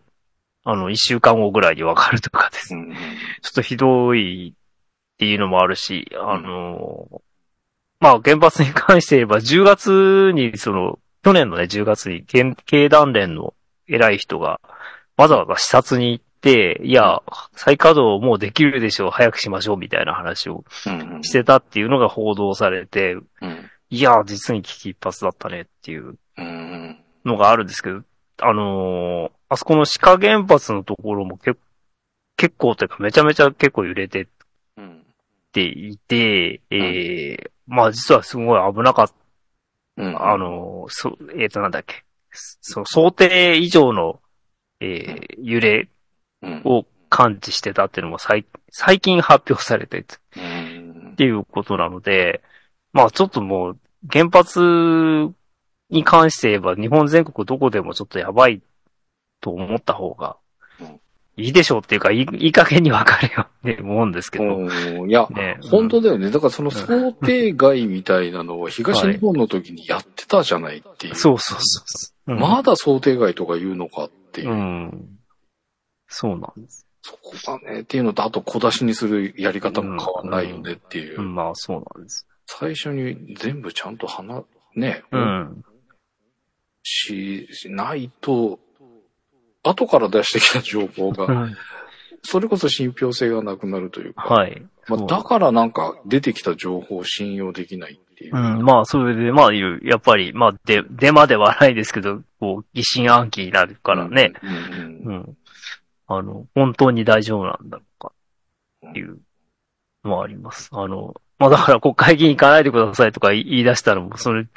[SPEAKER 3] あの、一週間後ぐらいにわかるとかです
[SPEAKER 2] う
[SPEAKER 3] ね。
[SPEAKER 2] んうん
[SPEAKER 3] ちょっとひどいっていうのもあるし、あの、まあ、原発に関して言えば、10月に、その、去年のね、10月に、県経団連の偉い人が、わざわざ視察に行って、いや、再稼働もうできるでしょう、早くしましょう、みたいな話を
[SPEAKER 2] うんうん
[SPEAKER 3] してたっていうのが報道されて、
[SPEAKER 2] うん
[SPEAKER 3] いや、実に危機一髪だったねっていう
[SPEAKER 2] うん
[SPEAKER 3] のがあるんですけど、あのーあそこの鹿原発のところも結結構というかめちゃめちゃ結構揺れて
[SPEAKER 2] うん
[SPEAKER 3] っていて、えーまあ実はすごい危なかった、
[SPEAKER 2] うん
[SPEAKER 3] あのーそえっ、となんだっけ、そ想定以上の、えー揺れ
[SPEAKER 2] うん
[SPEAKER 3] を感知してたっていうのも最最近発表されてて
[SPEAKER 2] うん
[SPEAKER 3] っていうことなので、まあちょっともう原発に関して言えば日本全国どこでもちょっとやばいと思った方が
[SPEAKER 2] うん
[SPEAKER 3] いいでしょうっていうか、いいいい加減にわかるよって思うんですけど。
[SPEAKER 2] うんいや、
[SPEAKER 3] ね、うん
[SPEAKER 2] 本当だよね。だからその想定外みたいなのは東日本の時にやってたじゃないっていう。
[SPEAKER 3] そうそうそうそう。うん
[SPEAKER 2] まだ想定外とか言うのかっていう。
[SPEAKER 3] うん。そうなんです。
[SPEAKER 2] そこだねっていうのと、あと小出しにするやり方も変わんないよねっていう。
[SPEAKER 3] うん、まあそうなんです。
[SPEAKER 2] 最初に全部ちゃんと話、ね、
[SPEAKER 3] うん。
[SPEAKER 2] ししないと、後から出してきた情報
[SPEAKER 3] う
[SPEAKER 2] が、
[SPEAKER 3] ん
[SPEAKER 2] それこそ信憑性がなくなるというか、
[SPEAKER 3] はい。
[SPEAKER 2] まあ、だからなんか出てきた情報を信用できないっていう。
[SPEAKER 3] うん、まあ、それで、まあ、いうやっぱり、まあ、で、デマではないですけど、こう、疑心暗鬼になるからね。
[SPEAKER 2] うん。うん
[SPEAKER 3] うん。あの、本当に大丈夫なんだろうか、っていうのはあります。あの、まあ、だから国会議員行かないでくださいとか言い言い出したらもう、それ、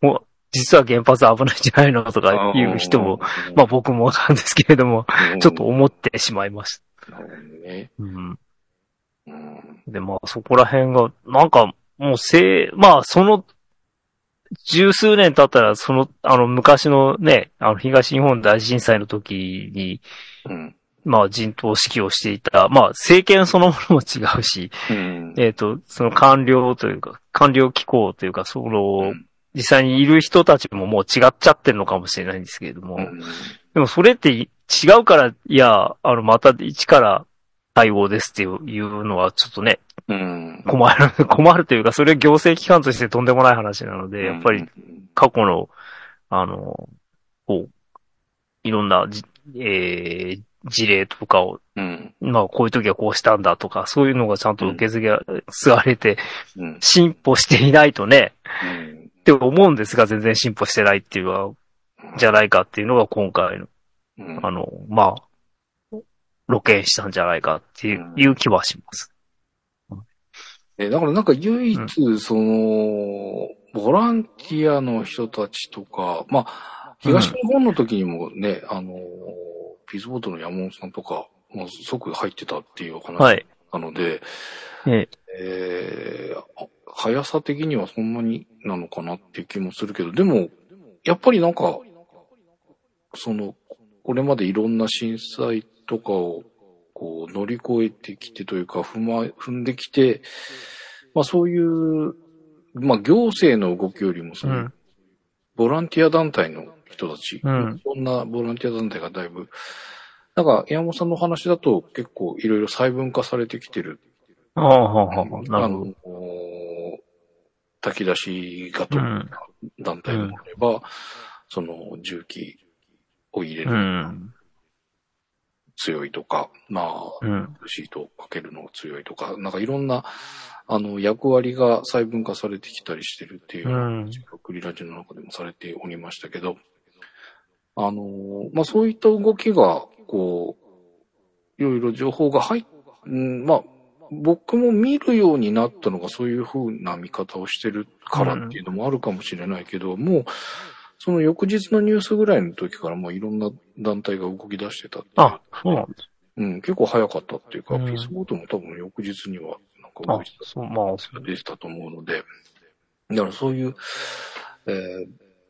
[SPEAKER 3] もう、実は原発危ないんじゃないのとか言う人も、、まあ、僕もなんですけれども、
[SPEAKER 2] あ
[SPEAKER 3] ちょっと、思ってしまいました。
[SPEAKER 2] なるほどね。
[SPEAKER 3] うん。
[SPEAKER 2] うん。
[SPEAKER 3] で、まあそこら辺が、なんかもうせい、まあその、十数年経ったら、その、あの、昔のね、あの、東日本大震災の時に、
[SPEAKER 2] うん。
[SPEAKER 3] まあ人頭指揮をしていた、まあ政権そのものも違うし、
[SPEAKER 2] うん。
[SPEAKER 3] えっ、と、その官僚というか、官僚機構というか、その、
[SPEAKER 2] うん
[SPEAKER 3] 実際にいる人たちももう違っちゃってるのかもしれないんですけれども、
[SPEAKER 2] うん
[SPEAKER 3] でもそれってい違うから、いや、あの、また一から対応ですっていういうのはちょっとね、
[SPEAKER 2] うん。
[SPEAKER 3] 困る、困るというか、それ行政機関としてとんでもない話なので、やっぱ
[SPEAKER 2] う
[SPEAKER 3] り
[SPEAKER 2] ん、
[SPEAKER 3] 過去の、あの、こう、いろんなじ、えー事例とかを、
[SPEAKER 2] うん。
[SPEAKER 3] まあ、こういう時はこうしたんだとか、そういうのがちゃんと受け継が、継がれて、
[SPEAKER 2] うん。
[SPEAKER 3] 進歩していないとね、
[SPEAKER 2] うん
[SPEAKER 3] って思うんですが、全然進歩してないっていうのは、じゃないかっていうのが今回の、
[SPEAKER 2] うん
[SPEAKER 3] あの、まあ、露見したんじゃないかっていう,、いう気はします。
[SPEAKER 2] えだからなんか唯
[SPEAKER 3] う
[SPEAKER 2] 一、その、ボランティアの人たちとか、まあ、東日本の時にもね、あの、ピズボートの山本さんとか、もう即入ってたっていうお話
[SPEAKER 3] はい。
[SPEAKER 2] なので、
[SPEAKER 3] え
[SPEAKER 2] えーあ速さ的にはそんなになのかなっていう気もするけど、でも、やっぱりなんか、その、これまでいろんな震災とかを、こう、乗り越えてきてというか、踏ま、踏んできて、まあそういう、まあ行政の動きよりも、そうの、
[SPEAKER 3] ん。
[SPEAKER 2] ボランティア団体の人たち、
[SPEAKER 3] うん
[SPEAKER 2] いろんなボランティア団体がだいぶ、なんか、山本さんのお話だと結構いろいろ細分化されてきてる
[SPEAKER 3] ああ、はあはあはあなるほど。
[SPEAKER 2] あの、炊き出しがと
[SPEAKER 3] う
[SPEAKER 2] か、
[SPEAKER 3] ん
[SPEAKER 2] 団体もあれば、その重機を入れ
[SPEAKER 3] う
[SPEAKER 2] る
[SPEAKER 3] ん。
[SPEAKER 2] 強いとか、まあ、
[SPEAKER 3] うん。
[SPEAKER 2] シートをかけるのが強いとか、なんかいろんな、あの、役割が細分化されてきたりしてるっていうう、
[SPEAKER 3] ん。
[SPEAKER 2] クリラジの中でもされておりましたけど、あのー、まあそういった動きが、こう、いろいろ情報が入っ、うんまあ、僕も見るようになったのがそういう風な見方をしてるからっていうのもあるかもしれないけど、もう、その翌日のニュースぐらいの時からもういろんな団体が動き出してたっていう
[SPEAKER 3] あ、そうなんです。
[SPEAKER 2] うん、結構早かったっていうか、
[SPEAKER 3] うん
[SPEAKER 2] ピースボートも多分翌日には、なんか
[SPEAKER 3] あ
[SPEAKER 2] 動いて、
[SPEAKER 3] そう、まあ、そ
[SPEAKER 2] た、
[SPEAKER 3] う
[SPEAKER 2] でしたと思うので、だからそういう、えー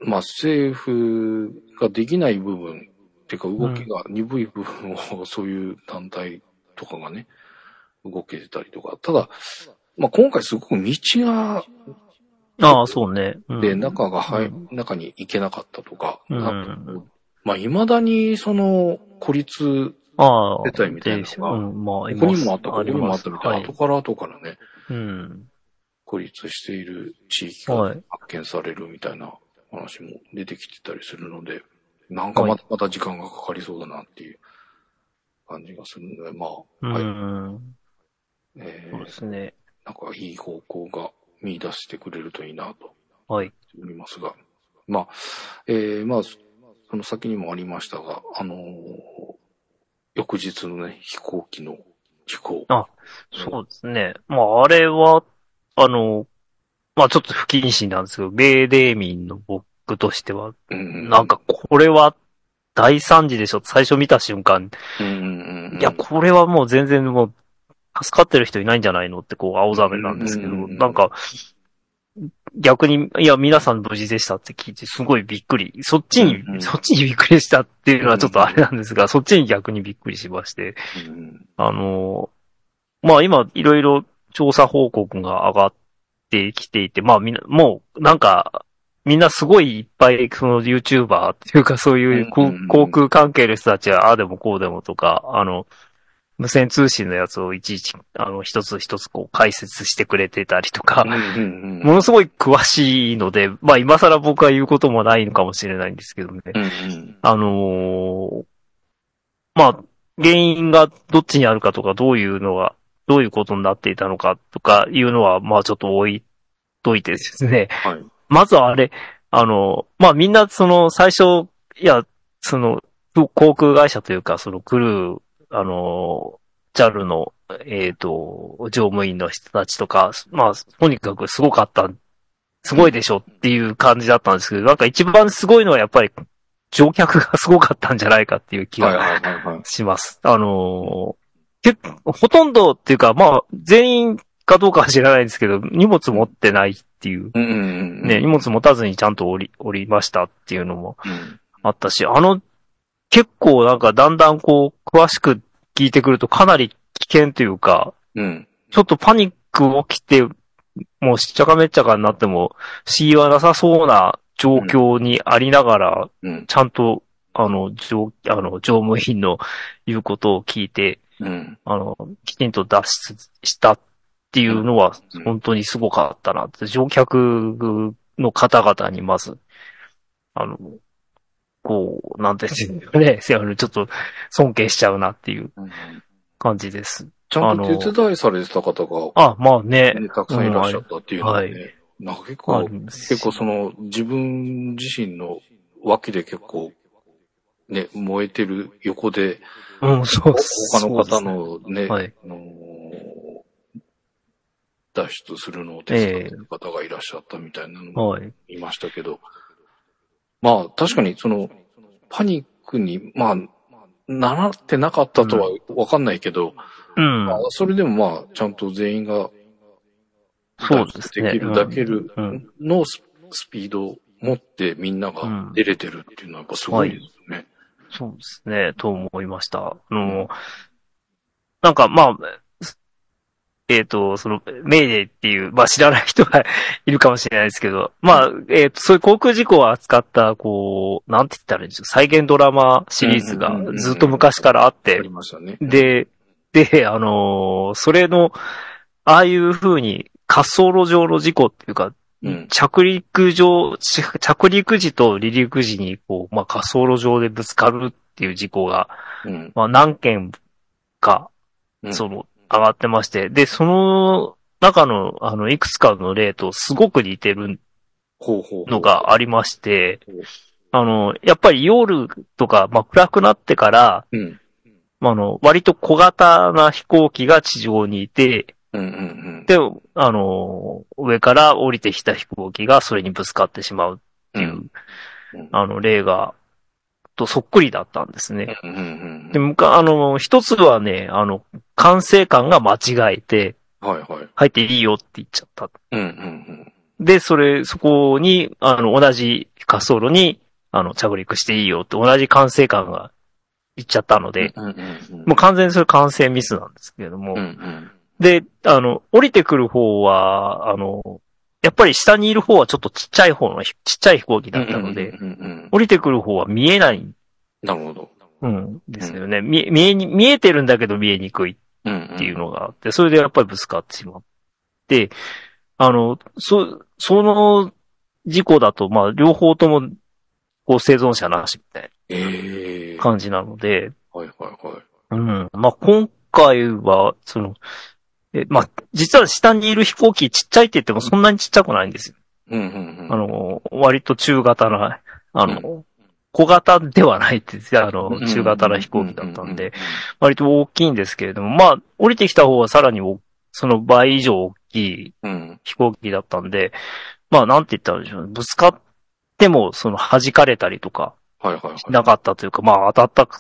[SPEAKER 2] まあ政府ができない部分、っていうか動きが鈍い部分を、そういう団体とかがね、動けてたりとか、ただ、まあ今回すごく道が、
[SPEAKER 3] ああ、そうね。うん
[SPEAKER 2] で、中が入、
[SPEAKER 3] うん
[SPEAKER 2] 中に行けなかったとか、
[SPEAKER 3] うん
[SPEAKER 2] なんかこうまあ未だにその孤立
[SPEAKER 3] ああ、
[SPEAKER 2] 出たいみたいなのが
[SPEAKER 3] うん、まあ、
[SPEAKER 2] ここにもあった、
[SPEAKER 3] あ
[SPEAKER 2] ここ
[SPEAKER 3] り
[SPEAKER 2] にもあ
[SPEAKER 3] ま
[SPEAKER 2] っ
[SPEAKER 3] す
[SPEAKER 2] たみたいな、
[SPEAKER 3] はい
[SPEAKER 2] 後。から後からね、
[SPEAKER 3] うん。
[SPEAKER 2] 孤立している地域が
[SPEAKER 3] はい
[SPEAKER 2] 発。見されるみたいな話も出てきてたりするので、なんかまたまた時間がかかりそうだなっていう感じがするので、ま
[SPEAKER 3] う
[SPEAKER 2] あ、はい。
[SPEAKER 3] ん。
[SPEAKER 2] えー
[SPEAKER 3] そうですね。
[SPEAKER 2] なんかいい方向が見出してくれるといいなと
[SPEAKER 3] はい。
[SPEAKER 2] 思いますが、まあ、えーまあ、そその先にもありましたが、あのー翌日のね、飛行機の事故。
[SPEAKER 3] そうですね。まあ、あれは、あの、まあ、ちょっと不謹慎なんですけど、米デーミンの僕としては、
[SPEAKER 2] うんうう
[SPEAKER 3] なん、かこれは大惨事でしょ。最初見た瞬間、
[SPEAKER 2] うんうんうん
[SPEAKER 3] いや、これはもう全然もう、助かってる人いないんじゃないのってこう、青ざめなんですけど、
[SPEAKER 2] うんうんうん
[SPEAKER 3] なんか、逆に、いや、皆さん無事でしたって聞いて、すごいびっくり。そっちに、
[SPEAKER 2] うんうん
[SPEAKER 3] そっちにびっくりしたっていうのはちょっとあれなんですが、そっちに逆にびっくりしまして、
[SPEAKER 2] うんうん
[SPEAKER 3] あのーまあ今、いろいろ調査報告が上がってきていて、まあみんな、もう、なんか、みんなすごいいっぱい、その YouTuber っていうかそういう
[SPEAKER 2] う
[SPEAKER 3] こ
[SPEAKER 2] んうんうん
[SPEAKER 3] 航空関係の人たちは、ああでもこうでもとか、あの、無線通信のやつをいちいち、あの、一つ一つこう解説してくれてたりとか、
[SPEAKER 2] うんうんうん
[SPEAKER 3] ものすごい詳しいので、まあ今更僕は言うこともないのかもしれないんですけどね。
[SPEAKER 2] うんうん
[SPEAKER 3] あのーまあ、原因がどっちにあるかとか、どういうのが、どういうことになっていたのかとかいうのは、まあちょっと置いといてですね。
[SPEAKER 2] はい。
[SPEAKER 3] まずはあれ、あの、まあみんなその最初、いや、その、航空会社というか、そのクルー、あの、JAL の、えっ、と、乗務員の人たちとか、まあ、とにかくすごかった、すごいでしょっていう感じだったんですけど、なんか一番すごいのはやっぱり乗客がすごかったんじゃないかっていう気
[SPEAKER 2] はい
[SPEAKER 3] が
[SPEAKER 2] はいはいはい。
[SPEAKER 3] します。あのー結構、ほとんどっていうか、まあ、全員かどうかは知らないんですけど、荷物持ってないっていう
[SPEAKER 2] うんうんうんうん。
[SPEAKER 3] ね、荷物持たずにちゃんと降り、降りましたっていうのも
[SPEAKER 2] うん
[SPEAKER 3] あったし、あの、結構なんかだんだんこう、詳しく聞いてくるとかなり危険というか、
[SPEAKER 2] うん。
[SPEAKER 3] ちょっとパニック起きて、もうしっちゃかめっちゃかになっても、死因はなさそうな状況にありながら、
[SPEAKER 2] うん。
[SPEAKER 3] ちゃんと、あの、乗、あの、乗務員の言うことを聞いて、
[SPEAKER 2] うん。
[SPEAKER 3] あの、きちんと脱出したっていうのは
[SPEAKER 2] うん、
[SPEAKER 3] 本当にすごかったなって、乗客の方々にまず、あの、こう、なんていうんですかね、 せやはりちょっと尊敬しちゃうなっていう
[SPEAKER 2] うん
[SPEAKER 3] 感じです。
[SPEAKER 2] ちゃんと手伝いされてた方が、
[SPEAKER 3] あ、まあね、
[SPEAKER 2] ね、たくさんいらっしゃったっていうのは
[SPEAKER 3] うんは
[SPEAKER 2] ね、なんか結
[SPEAKER 3] あ
[SPEAKER 2] 構
[SPEAKER 3] り、ますし
[SPEAKER 2] 結構その自分自身の脇で結構、ね、燃えてる横で、
[SPEAKER 3] うん、そう
[SPEAKER 2] 他の方のね、
[SPEAKER 3] そうですねはい
[SPEAKER 2] あのー脱出するのを手伝ってる方がいらっしゃったみたいなのも
[SPEAKER 3] はい。
[SPEAKER 2] いましたけど、まあ確かにそのパニックに、まあ、ならってなかったとはわかんないけど、
[SPEAKER 3] うん
[SPEAKER 2] まあ、、それでもまあちゃんと全員が
[SPEAKER 3] そうですね。
[SPEAKER 2] できるだける
[SPEAKER 3] うんうん
[SPEAKER 2] のススピードを持ってみんなが出れてるっていうのはやっぱすごいですね。
[SPEAKER 3] そうですね、と思いました。あの、なんかまあ、えっ、と、その、メーデーっていう、まあ知らない人が いるかもしれないですけど、まあ、えっ、と、そういう航空事故を扱った、こう、なんて言ったらいいんでしょう、再現ドラマシリーズ
[SPEAKER 2] うん
[SPEAKER 3] が
[SPEAKER 2] うんうんうん
[SPEAKER 3] ずっと昔からあって
[SPEAKER 2] あり、ましたね。
[SPEAKER 3] で、で、あのーそれの、ああいう風に滑走路上の事故っていうか、
[SPEAKER 2] うん。
[SPEAKER 3] 着陸場、ち着陸時と離陸時に、こう、まあ、滑走路上でぶつかるっていう事故が、
[SPEAKER 2] うん。
[SPEAKER 3] まあ、何件か
[SPEAKER 2] う、ん
[SPEAKER 3] その、上がってまして、で、その中の、あの、いくつかの例とすごく似てる
[SPEAKER 2] ほうほう。
[SPEAKER 3] のがありまして
[SPEAKER 2] ほう、
[SPEAKER 3] あの、やっぱり夜とか、まあ、暗くなってから、
[SPEAKER 2] うん。
[SPEAKER 3] まあ、あの、割と小型な飛行機が地上にいて、
[SPEAKER 2] うんうんうん。
[SPEAKER 3] で、あの、上から降りてきた飛行機がそれにぶつかってしまうっていう、
[SPEAKER 2] うんうん
[SPEAKER 3] あの、例が、とそっくりだったんですね。
[SPEAKER 2] うんうんう
[SPEAKER 3] で、
[SPEAKER 2] ん。
[SPEAKER 3] むか、あの、一つはね、あの、管制官が間違えて、
[SPEAKER 2] はいはい。
[SPEAKER 3] 入っていいよって言っちゃった。
[SPEAKER 2] うんうん
[SPEAKER 3] で、それ、そこに、あの、同じ滑走路に、あの、着陸していいよって同じ管制官が言っちゃった
[SPEAKER 2] う
[SPEAKER 3] の
[SPEAKER 2] ん。
[SPEAKER 3] で、
[SPEAKER 2] うんうん
[SPEAKER 3] もう完全にそれ管制ミスなんですけれども、
[SPEAKER 2] うん。うん
[SPEAKER 3] で、あの、降りてくる方は、あの、やっぱり下にいる方はちょっとちっちゃい方のひ、ちっちゃい飛行機だったので、
[SPEAKER 2] うんうんうんうん。
[SPEAKER 3] 降りてくる方は見えないん
[SPEAKER 2] なるほど。
[SPEAKER 3] ですよね。見え、見えに、見えてるんだけど見えにくい
[SPEAKER 2] うんん。
[SPEAKER 3] っていうのがあって、それでやっぱりぶつかってしまって、あの、そ、その事故だと、まあ、両方とも、こう、生存者なしみたい
[SPEAKER 2] ええ
[SPEAKER 3] な。感じなので、
[SPEAKER 2] はいはいはい。
[SPEAKER 3] うん。まあ、今回は、その、え、まあ、実は下にいる飛行機ちっちゃいって言ってもそんなにちっちゃくないんですよ。
[SPEAKER 2] うんうんうん。
[SPEAKER 3] あの、割と中型な、あの、小型ではないって、あの、中型な飛行機だったんで、割と大きいんですけれども、まあ、降りてきた方はさらにおその倍以上大きい
[SPEAKER 2] うん。うん。
[SPEAKER 3] 飛行機だったんで、まあ、なんて言ったらいいんでしょうね。ぶつかっても、その、弾かれたりとか、
[SPEAKER 2] はいはいはい。
[SPEAKER 3] なかったというか、まあ、当たった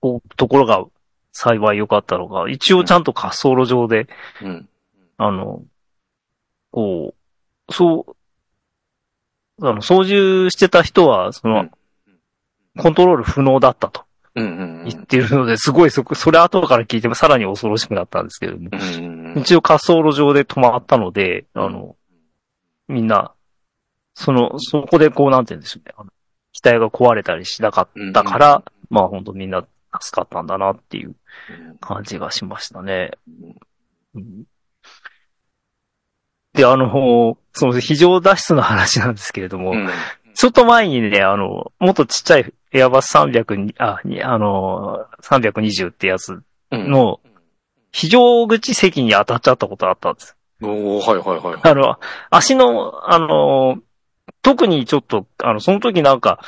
[SPEAKER 3] こうところが幸い良かったのが、一応ちゃんと滑走路上で、
[SPEAKER 2] うん。
[SPEAKER 3] あの、こう、そう、あの、操縦してた人は、その、
[SPEAKER 2] うん
[SPEAKER 3] コントロール不能だったと
[SPEAKER 2] うんうんうん。
[SPEAKER 3] 言ってるので、すごいそこ、それ後から聞いてもさらに恐ろしくなったんですけれども、
[SPEAKER 2] うんうん
[SPEAKER 3] 一応滑走路上で止まったので、あの、みんな、その、そこでこう、なんて言うんでしょうね。あの機体が壊れたりしなかったから、まあ本当みんな助かったんだなっていう感じがしましたね。うんで、あの、その非常脱出の話なんですけれども、
[SPEAKER 2] うん。うん。
[SPEAKER 3] ちょっと前にね、あの、もっとちっちゃいエアバス300に、あ、にあの、320ってやつ
[SPEAKER 2] うん。
[SPEAKER 3] の、非常口席に当たっちゃったことあったんです。
[SPEAKER 2] おー、はいはいはいはい。
[SPEAKER 3] あの、足の、あの、特にちょっと、あの、その時なんか、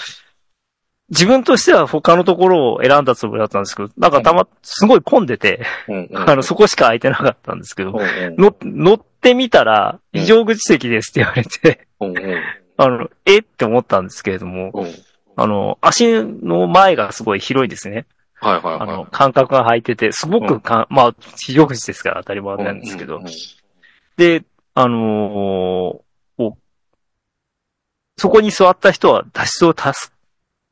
[SPEAKER 3] 自分としては他のところを選んだつもりだったんですけど、なんかたま、すごい混んでて、
[SPEAKER 2] うんうん
[SPEAKER 3] あの、そこしか空いてなかったんですけど、
[SPEAKER 2] うん
[SPEAKER 3] の乗ってみたら、
[SPEAKER 2] うん
[SPEAKER 3] 非常口席ですって言われて、
[SPEAKER 2] うんうん
[SPEAKER 3] あの、えって思ったんですけれども、
[SPEAKER 2] うん。
[SPEAKER 3] あの、足の前がすごい広いですね。
[SPEAKER 2] はいはい
[SPEAKER 3] あ
[SPEAKER 2] はい
[SPEAKER 3] の、。間隔が空いてて、すごくかん、まあ、非常口ですから当たり前なんですけど
[SPEAKER 2] うん、うん
[SPEAKER 3] で、あのーこうそこに座った人は脱出を助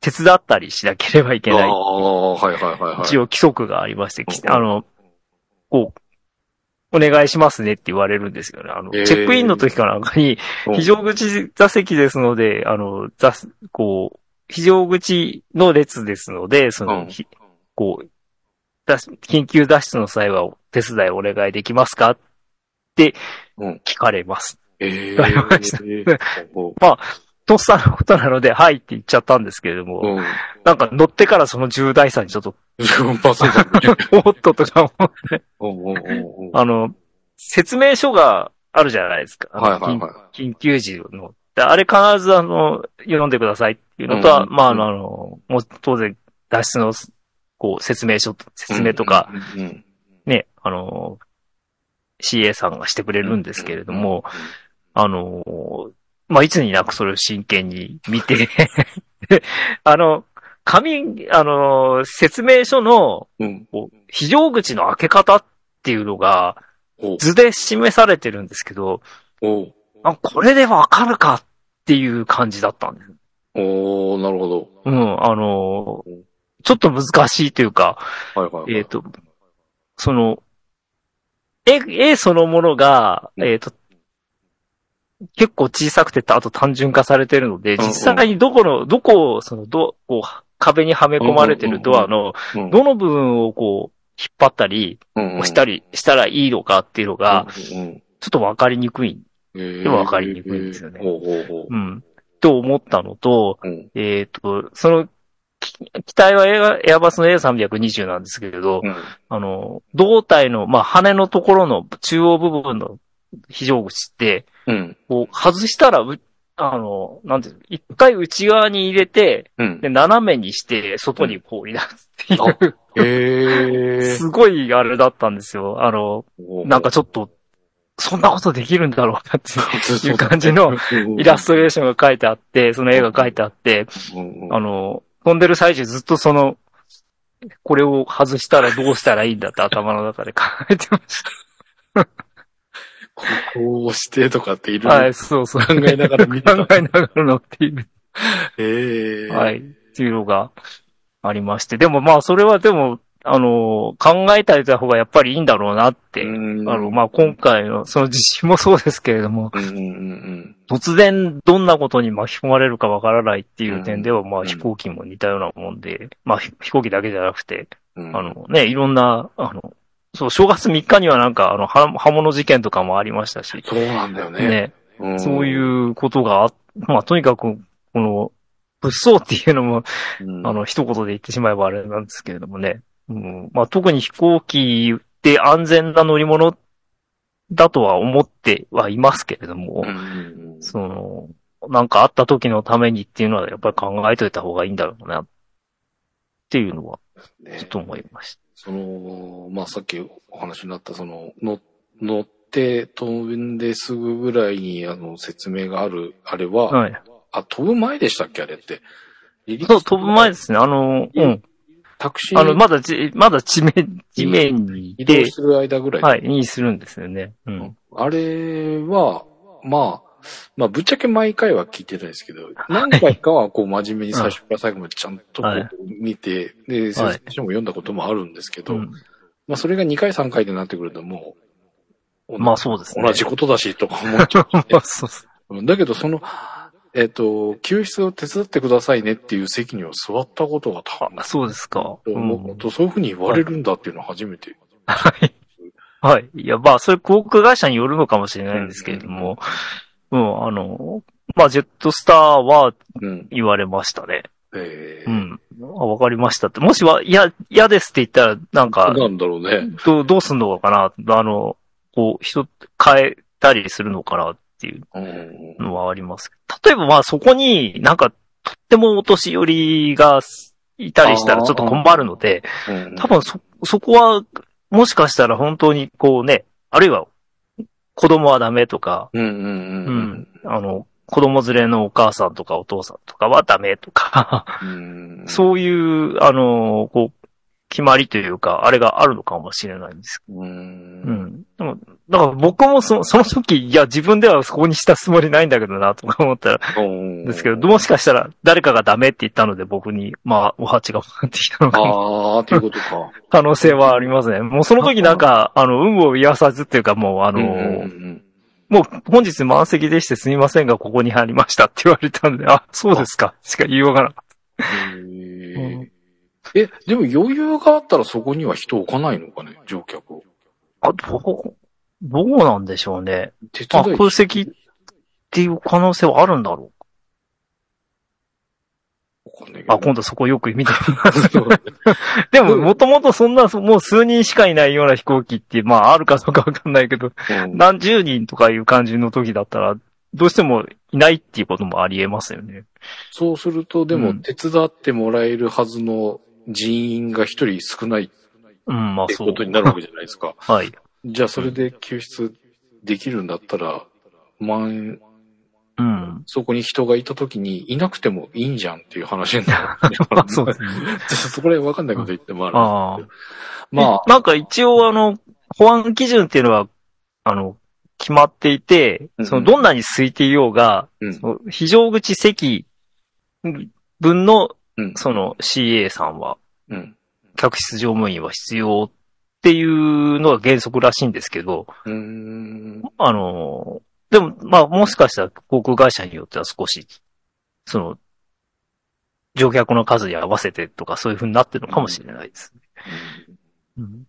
[SPEAKER 3] 手伝ったりしなければいけ
[SPEAKER 2] うん。
[SPEAKER 3] ない
[SPEAKER 2] あ。あ、はいはいはいはい。
[SPEAKER 3] 一応規則がありまして、き
[SPEAKER 2] うん
[SPEAKER 3] あの、こう、お願いしますねって言われるんですよね。あの、
[SPEAKER 2] えー
[SPEAKER 3] チェックインの時かなんかに、
[SPEAKER 2] うん
[SPEAKER 3] 非常口座席ですので、あの、座す、こう、非常口の列ですので、そ
[SPEAKER 2] う
[SPEAKER 3] の、
[SPEAKER 2] ん
[SPEAKER 3] ひこう、脱緊急脱出の際はお手伝いお願いできますかって
[SPEAKER 2] うん
[SPEAKER 3] 聞かれます。
[SPEAKER 2] ええ
[SPEAKER 3] わかりました
[SPEAKER 2] ほう
[SPEAKER 3] とっさのことなので、はいって言っちゃったんですけれども、
[SPEAKER 2] うん。
[SPEAKER 3] なんか乗ってからその重大さにちょっと、
[SPEAKER 2] 14%ね。
[SPEAKER 3] おっととかも、
[SPEAKER 2] うんうんうんうん
[SPEAKER 3] あの、説明書があるじゃないですか。
[SPEAKER 2] はいはいはい。
[SPEAKER 3] 緊緊急時の。であれ必ずあの、読んでくださいっていうのとは、
[SPEAKER 2] うん
[SPEAKER 3] まああの、あのもう当然脱出の、こう、説明書と、説明とか、
[SPEAKER 2] うんうん
[SPEAKER 3] ね、あの、CA さんがしてくれるんですけれども、あのーまあ、いつになくそれを真剣に見て、 であの、紙、あのー説明書の
[SPEAKER 2] うん。うん。
[SPEAKER 3] こう非常口の開け方っていうのが
[SPEAKER 2] ほう
[SPEAKER 3] 図で示されてるんですけど、
[SPEAKER 2] おう
[SPEAKER 3] あ、これでわかるかっていう感じだったんです。
[SPEAKER 2] おーなるほど。
[SPEAKER 3] うん、あのーちょっと難しいというか、
[SPEAKER 2] はいはいはい。
[SPEAKER 3] えっ、と、その、絵、絵そのものが、
[SPEAKER 2] うん
[SPEAKER 3] えっ、と、結構小さくて、あと単純化されてるので、
[SPEAKER 2] うんうん
[SPEAKER 3] 実際にどこの、どこを、その、ど、こう、壁にはめ込まれてるドアの、
[SPEAKER 2] うん、
[SPEAKER 3] どの部分をこう、引っ張ったり、
[SPEAKER 2] うんうん
[SPEAKER 3] 押したりしたらいいのかっていうのが、、
[SPEAKER 2] うんうん
[SPEAKER 3] ちょっとわかりにくいん
[SPEAKER 2] で
[SPEAKER 3] でもわかりにくいんですよね
[SPEAKER 2] ほうほうほう
[SPEAKER 3] うん。と思ったのと、
[SPEAKER 2] うん。
[SPEAKER 3] えっ、と、その、き機体はエアエアバスの A320 なんですけれど、
[SPEAKER 2] うん。
[SPEAKER 3] あの、胴体の、まあ、羽のところの中央部分の非常口って、
[SPEAKER 2] うん。
[SPEAKER 3] こう、外したら、うあの、なんていうの一回内側に入れて、
[SPEAKER 2] うん
[SPEAKER 3] で、。斜めにして、外にこう、いなっていう、
[SPEAKER 2] へえ。
[SPEAKER 3] すごいあれだったんですよ。あの、なんかちょっと、そんなことできるんだろうかって
[SPEAKER 2] と
[SPEAKER 3] いう感じのイラストレーションが書いてあって、その絵が書いてあって、
[SPEAKER 2] ト。うんうん
[SPEAKER 3] あの、飛んでる最中ずっとその、これを外したらどうしたらいいんだって頭の中で考えてまし
[SPEAKER 2] ここをしてとかってい
[SPEAKER 3] た。
[SPEAKER 2] ろ
[SPEAKER 3] はいい、そうそう。
[SPEAKER 2] ろ考えながら見てた。
[SPEAKER 3] 考えながら乗っている。
[SPEAKER 2] へえ。
[SPEAKER 3] はい、っていうのがありまして。でもまあ、それはでも、あの、考えてあげた方がやっぱりいいんだろうなって。
[SPEAKER 2] うん。
[SPEAKER 3] あの、まあ、今回の、その地震もそうですけれども、
[SPEAKER 2] うんうんうん
[SPEAKER 3] 突然どんなことに巻き込まれるかわからないっていう点では、ま
[SPEAKER 2] う
[SPEAKER 3] あ、
[SPEAKER 2] ん
[SPEAKER 3] 飛行機も似たようなもんで、まあ、ひ飛行機だけじゃなくて、
[SPEAKER 2] うん。
[SPEAKER 3] あのね、いろんな、あの、そう、正月3日にはなんか、あの、は刃物事件とかもありましたし、
[SPEAKER 2] そうなんだよ
[SPEAKER 3] ね、
[SPEAKER 2] ね。ん
[SPEAKER 3] そういうことがあ、まあ、とにかく、この、物騒っていうのも、
[SPEAKER 2] うん
[SPEAKER 3] あの、一言で言ってしまえばあれなんですけれどもね。うん、まあ、特に飛行機って安全な乗り物だとは思ってはいますけれども、
[SPEAKER 2] うんうんうん
[SPEAKER 3] その、なんかあった時のためにっていうのはやっぱり考えといた方がいいんだろうな、っていうのは、
[SPEAKER 2] ね
[SPEAKER 3] ちょっと思いました。
[SPEAKER 2] その、まあ、さっきお話になった、その、の乗って飛んですぐぐらいに、あの、説明がある、あれは、
[SPEAKER 3] はい。
[SPEAKER 2] あ、飛ぶ前でしたっけあれって。離陸
[SPEAKER 3] そう、飛ぶ前ですね。あの、うん。
[SPEAKER 2] タクシー
[SPEAKER 3] あの、まだじ、まだ地面、地面にい
[SPEAKER 2] 移動
[SPEAKER 3] て、
[SPEAKER 2] する間ぐらい。
[SPEAKER 3] はい、にするんですよね。うん。
[SPEAKER 2] あれは、まあ、まあ、ぶっちゃけ毎回は聞いてないですけど、何回かはこう真面目に最初から最後までちゃんとこ
[SPEAKER 3] はいう
[SPEAKER 2] 見て、で、先生も読んだこともあるんですけ
[SPEAKER 3] う
[SPEAKER 2] ど、
[SPEAKER 3] ん、
[SPEAKER 2] まあ、それが2回3回でなってくるともう、
[SPEAKER 3] まあそうですね。
[SPEAKER 2] 同じことだし、とか思っちゃう
[SPEAKER 3] まあそうです。
[SPEAKER 2] うん。だけど、その、えっ、と、救出を手伝ってくださいねっていう席には座ったことが多分
[SPEAKER 3] あ そうですか。
[SPEAKER 2] と思うと、そういうふうに言われるんだっていうのは初めて。
[SPEAKER 3] はい。はい。いや、まあ、それ航空会社によるのかもしれないんですけれども、うん、あの、まあ、ジェットスターは
[SPEAKER 2] うん。
[SPEAKER 3] 言われましたね。
[SPEAKER 2] え
[SPEAKER 3] う
[SPEAKER 2] ー
[SPEAKER 3] ん。あ、わかりましたって。もしは、いや、嫌ですって言ったら、なんか、
[SPEAKER 2] なんだろうね。
[SPEAKER 3] どう、どうすんのかなあの、こう、人、変えたりするのかなっていう
[SPEAKER 2] うん
[SPEAKER 3] のはあります。例えば、まあ、そこになんか、とってもお年寄りがいたりしたらちょっと困るので、
[SPEAKER 2] うん
[SPEAKER 3] 多分そ、そこは、もしかしたら本当にこうね、あるいは、子供はダメとか、
[SPEAKER 2] うんうん
[SPEAKER 3] う
[SPEAKER 2] うん
[SPEAKER 3] ん、あの、子供連れのお母さんとかお父さんとかはダメとか、
[SPEAKER 2] うん。
[SPEAKER 3] そういう、あの、こう、決まりというか、あれがあるのかもしれないんです
[SPEAKER 2] う。
[SPEAKER 3] うんん。でも、だから僕もそその時、いや、自分ではそこにしたつもりないんだけどな、とか思ったら、
[SPEAKER 2] うん。
[SPEAKER 3] ですけど、もしかしたら誰かがダメって言ったので僕に、まあ、お鉢が回ってきたのかも、
[SPEAKER 2] ああ、ということか。
[SPEAKER 3] 可能性はありますね。もうその時なんか、あの、有無を言わさずっていうか、もう あの、
[SPEAKER 2] うん
[SPEAKER 3] もう本日満席でしてすみませんが、ここに入りましたって言われたんで、あ、そうですか、しか言いようがなかっ
[SPEAKER 2] うんえーえ、でも余裕があったらそこには人置かないのかね乗客を。
[SPEAKER 3] た。あ、どう、どうなんでしょうね。
[SPEAKER 2] 手
[SPEAKER 3] まあ、
[SPEAKER 2] 伝い
[SPEAKER 3] 空席っていう可能性はあるんだろう
[SPEAKER 2] わかんないけど
[SPEAKER 3] か。あ、今度そこよく見て みます。
[SPEAKER 2] そう
[SPEAKER 3] でも、もともとそんな、もう数人しかいないような飛行機って、まあ、あるかどうかわかんないけど、
[SPEAKER 2] うん
[SPEAKER 3] 何十人とかいう感じの時だったら、どうしてもいないっていうこともあり得ますよね。
[SPEAKER 2] そうすると、で
[SPEAKER 3] う
[SPEAKER 2] も、
[SPEAKER 3] ん
[SPEAKER 2] 手伝ってもらえるはずの人員が一人少ないっ
[SPEAKER 3] うん、まあ
[SPEAKER 2] て
[SPEAKER 3] そう
[SPEAKER 2] こ。とになるわけじゃないですか。
[SPEAKER 3] はい。
[SPEAKER 2] じゃあ、それで救出できるんだったら、まん、
[SPEAKER 3] うん。
[SPEAKER 2] そこに人がいた時にいなくてもいいんじゃんっていう話になる。
[SPEAKER 3] まあ そうですね。
[SPEAKER 2] ちょっとそこら辺わかんないこと言ってもあ
[SPEAKER 3] ああ。
[SPEAKER 2] る。ま
[SPEAKER 3] なんか一応あの、保安基準っていうのは、あの、決まっていて
[SPEAKER 2] う、ん
[SPEAKER 3] そのどんなに空いていようが、
[SPEAKER 2] うん
[SPEAKER 3] その非常口席分の
[SPEAKER 2] うん、
[SPEAKER 3] その CA さんは、
[SPEAKER 2] あ、うん。
[SPEAKER 3] 客室乗務員は必要っていうのが原則らしいんですけど、
[SPEAKER 2] うーん。
[SPEAKER 3] あの、でも、まあもしかしたら航空会社によっては少し、その、乗客の数に合わせてとかそういう風になってるのかもしれないですね。うん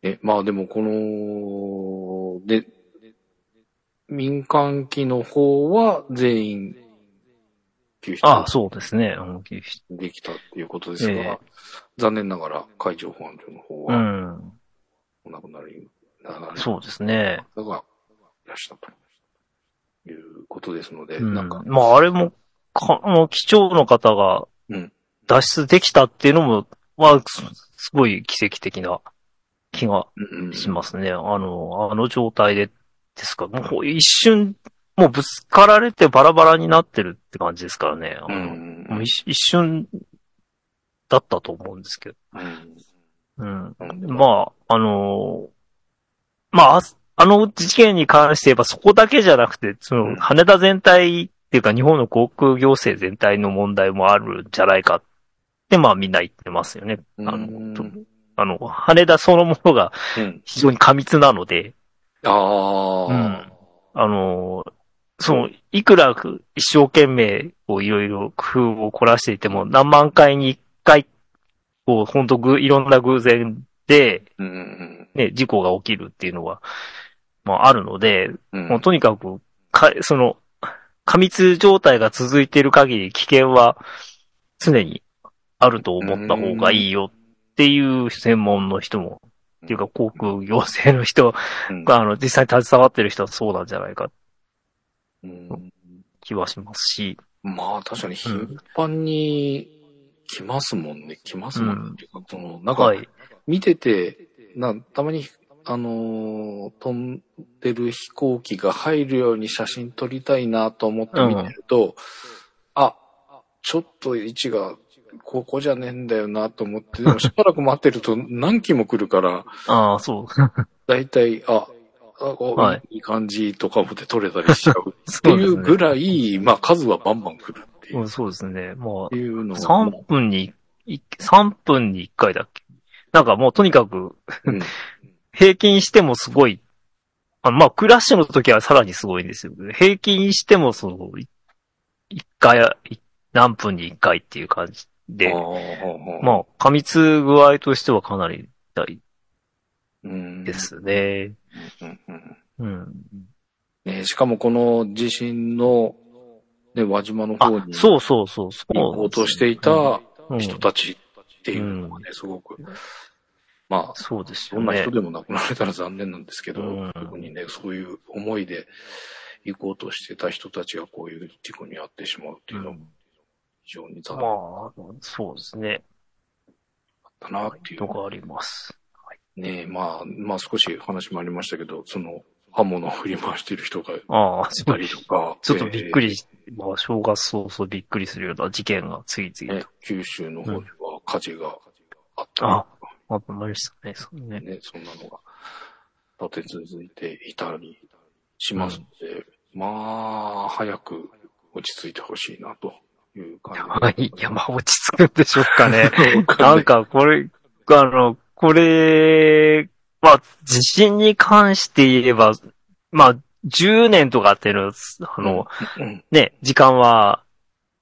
[SPEAKER 2] え、まあでもこの、で、民間機の方は全員救出
[SPEAKER 3] ああ、そうですね。うん救出
[SPEAKER 2] できたっていうことですが、
[SPEAKER 3] ええ
[SPEAKER 2] 残念ながら海上保安庁の方
[SPEAKER 3] う
[SPEAKER 2] は
[SPEAKER 3] ん。
[SPEAKER 2] お亡くなりになられた
[SPEAKER 3] そうですね。
[SPEAKER 2] 方がいらっしゃったということですので、
[SPEAKER 3] うん、
[SPEAKER 2] なんか、
[SPEAKER 3] まあ、あれも、か、あの、機長の方が
[SPEAKER 2] うん、
[SPEAKER 3] 脱出できたっていうのも、まあ、すすごい奇跡的な気が
[SPEAKER 2] うんうん
[SPEAKER 3] しますね。あの、あの状態で、ですか。もう一瞬、もうぶつかられてバラバラになってるって感じですからね。あ
[SPEAKER 2] う
[SPEAKER 3] の
[SPEAKER 2] ん
[SPEAKER 3] もう一一瞬だったと思うんですけど。
[SPEAKER 2] うん
[SPEAKER 3] うん。
[SPEAKER 2] うん
[SPEAKER 3] まあ、あのーまあ、ああの事件に関して言えばそこだけじゃなくて、そ
[SPEAKER 2] うん
[SPEAKER 3] の、羽田全体っていうか日本の航空行政全体の問題もあるんじゃないかって、まあみんな言ってますよね。あ
[SPEAKER 2] うん
[SPEAKER 3] の、とあの、羽田そのものが
[SPEAKER 2] うん
[SPEAKER 3] 非常に過密なので、
[SPEAKER 2] ああ、
[SPEAKER 3] うんあのーその、いくら一生懸命、こう、いろいろ工夫を凝らしていても、何万回に一回、こう、ほんとぐ、いろんな偶然で、
[SPEAKER 2] うんうん
[SPEAKER 3] ね、事故が起きるっていうのは、まああるので、
[SPEAKER 2] うん
[SPEAKER 3] もうとにかく、か、その、過密状態が続いている限り危険は常にあると思った方がいいよっていう専門の人も、っていうか航空行政の人
[SPEAKER 2] うん
[SPEAKER 3] が、あの、実際に携わってる人はそうなんじゃないかって
[SPEAKER 2] うん
[SPEAKER 3] 気はしますし、
[SPEAKER 2] まあ確かに頻繁に来ますもんね、来ますもんねっていうか、その、なんか
[SPEAKER 3] はい。
[SPEAKER 2] 見てて、なたまに、あのー飛んでる飛行機が入るように写真撮りたいなと思って見てると、あ、ちょっと位置がここじゃねえんだよなと思って、で もしばらく待ってると何機も来るから、
[SPEAKER 3] ああ、そう。
[SPEAKER 2] だいたい、あ、あこう
[SPEAKER 3] はい
[SPEAKER 2] いい感じとかもで撮れたりしちゃうっ
[SPEAKER 3] そ
[SPEAKER 2] て
[SPEAKER 3] うで
[SPEAKER 2] い
[SPEAKER 3] す
[SPEAKER 2] う
[SPEAKER 3] ね
[SPEAKER 2] ぐらい、まあ数はバンバン来るっていう
[SPEAKER 3] うんそうですね。ま
[SPEAKER 2] っていう
[SPEAKER 3] あ、
[SPEAKER 2] のは
[SPEAKER 3] 3分に、い3分に1回だっけなんかもうとにかく、
[SPEAKER 2] うん
[SPEAKER 3] 平均してもすごい、あまあ、クラッシュの時はさらにすごいんですよ。平均しても、その、い一回、い何分に一回っていう感じで、
[SPEAKER 2] あ
[SPEAKER 3] まあ、過密具合としてはかなり大
[SPEAKER 2] あ、うん
[SPEAKER 3] で。すね。
[SPEAKER 2] うんうん
[SPEAKER 3] うん。
[SPEAKER 2] ね、しかもこの地震の、ね、輪島の
[SPEAKER 3] あ
[SPEAKER 2] 方に、
[SPEAKER 3] そうそうそう、そう。
[SPEAKER 2] 行こうとしていた
[SPEAKER 3] うん
[SPEAKER 2] 人たちっていうのがね、すごく、まあ、
[SPEAKER 3] そうです
[SPEAKER 2] ど
[SPEAKER 3] よ
[SPEAKER 2] んな
[SPEAKER 3] ね
[SPEAKER 2] 人。でも亡くなれたら残念なんですけど、
[SPEAKER 3] うん
[SPEAKER 2] 特にね、そういう思いで行こうとしてた人たちがこういう事故に遭ってしまうっていうのは
[SPEAKER 3] うん
[SPEAKER 2] 非常に
[SPEAKER 3] ま
[SPEAKER 2] 残念だ
[SPEAKER 3] あ、そうですね。
[SPEAKER 2] ったなっていう
[SPEAKER 3] と。かあります。
[SPEAKER 2] ねまあ、まあ少し話もありましたけど、その刃物を振り回している人がい
[SPEAKER 3] ああ、ちょ
[SPEAKER 2] た
[SPEAKER 3] っと
[SPEAKER 2] りとか、
[SPEAKER 3] ちょっとびっく
[SPEAKER 2] り、
[SPEAKER 3] りし、まあ、正月早々びっくりするような事件が次々
[SPEAKER 2] ね
[SPEAKER 3] と。、
[SPEAKER 2] 九州の方では火事があったりとか
[SPEAKER 3] ああ、ありましたね、そうね。
[SPEAKER 2] ね、そんなのが立て続いていたりしますので、まあ、早く落ち着いてほしいなという感じ
[SPEAKER 3] はい。いや、まあ、落ち着くんでしょうかね。
[SPEAKER 2] わかんな
[SPEAKER 3] ないんか、これ、あの、これ、まあ、地震に関して言えば、まあ、10年とかっていうのは、あの、
[SPEAKER 2] うん
[SPEAKER 3] ね、時間は、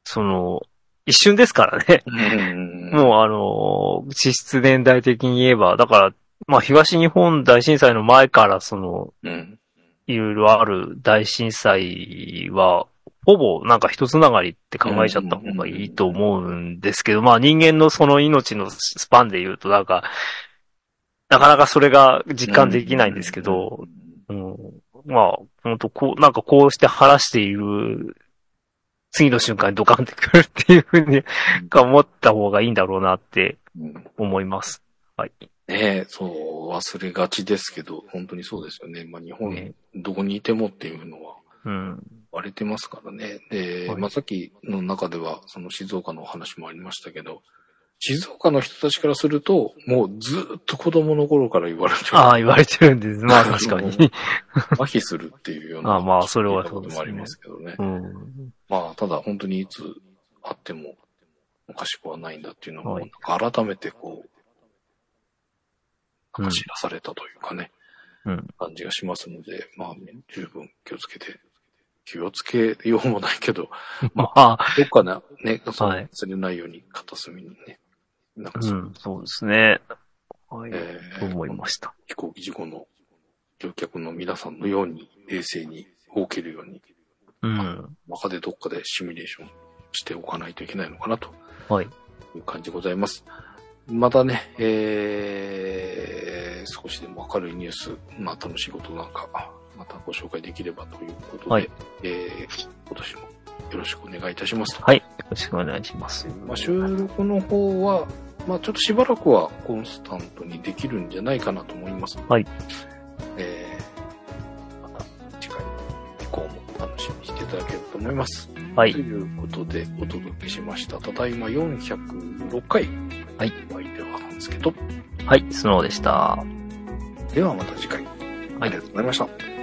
[SPEAKER 3] その、一瞬ですからね。
[SPEAKER 2] うん
[SPEAKER 3] もうあの、地質年代的に言えば、だから、まあ、東日本大震災の前から、その、
[SPEAKER 2] うん
[SPEAKER 3] いろいろある大震災は、ほぼなんか一つながりって考えちゃった方がいいと思うんですけど、まあ人間のその命のスパンで言うとなんか、なかなかそれが実感できないんですけど、、うんまあ、本当こう、なんかこうして話している、次の瞬間にドカンってくるっていうふうに、か思った方がいいんだろうなって
[SPEAKER 2] うんね
[SPEAKER 3] 思います。はい。
[SPEAKER 2] え、そう、忘れがちですけど、本当にそうですよね。まあ、日本
[SPEAKER 3] ね、
[SPEAKER 2] どこにいてもっていうのは
[SPEAKER 3] うん。
[SPEAKER 2] 割れてますからね。で、
[SPEAKER 3] はい
[SPEAKER 2] まあ、さっきの中では、その静岡のお話もありましたけど、静岡の人たちからすると、もうずっと子供の頃から言われてる
[SPEAKER 3] ああ、言われてるんです。まあ確かに。
[SPEAKER 2] 麻痺するっていうような。
[SPEAKER 3] あまあそれはそう
[SPEAKER 2] 聞い
[SPEAKER 3] で
[SPEAKER 2] たこと
[SPEAKER 3] すね
[SPEAKER 2] もありますけどね。
[SPEAKER 3] うん。
[SPEAKER 2] まあ、ただ本当にいつあってもおかしくはないんだっていうのを、
[SPEAKER 3] は
[SPEAKER 2] なん
[SPEAKER 3] い
[SPEAKER 2] か改めてこう、
[SPEAKER 3] うん
[SPEAKER 2] なんか知らされたというかね、
[SPEAKER 3] うん
[SPEAKER 2] 感じがしますので、まあ、十分気をつけて、気をつけようもないけど、
[SPEAKER 3] まあ、
[SPEAKER 2] どっかな、ね、そ
[SPEAKER 3] は
[SPEAKER 2] う
[SPEAKER 3] い
[SPEAKER 2] 忘れないように片隅にね、なんか
[SPEAKER 3] う
[SPEAKER 2] そ
[SPEAKER 3] ん、そうですね。はい。
[SPEAKER 2] えー
[SPEAKER 3] と思いました。
[SPEAKER 2] 飛行機事故の乗客の皆さんのように冷静に動けるように、
[SPEAKER 3] うん。
[SPEAKER 2] 中でどっかでシミュレーションしておかないといけないのかなと
[SPEAKER 3] はい。
[SPEAKER 2] いう感じでございます。またね、えー、少しでも明るいニュース、まあ楽しいことなんか、またご紹介できればということで、
[SPEAKER 3] はい
[SPEAKER 2] えー、今年もよろしくお願いいたしますと。
[SPEAKER 3] はい。よろしくお願いします。
[SPEAKER 2] まあ、収録の方は、まあ、ちょっとしばらくはコンスタントにできるんじゃないかなと思います。
[SPEAKER 3] はい。
[SPEAKER 2] えー、また次回以降も楽しみにしていただければと思います。
[SPEAKER 3] はい
[SPEAKER 2] と。いうことでお届けしました。ただいま406回。
[SPEAKER 3] はい。
[SPEAKER 2] お相手はなんですけど。
[SPEAKER 3] はい。スノーでした。
[SPEAKER 2] ではまた次回。ありがとうございました。
[SPEAKER 3] ありがとうございま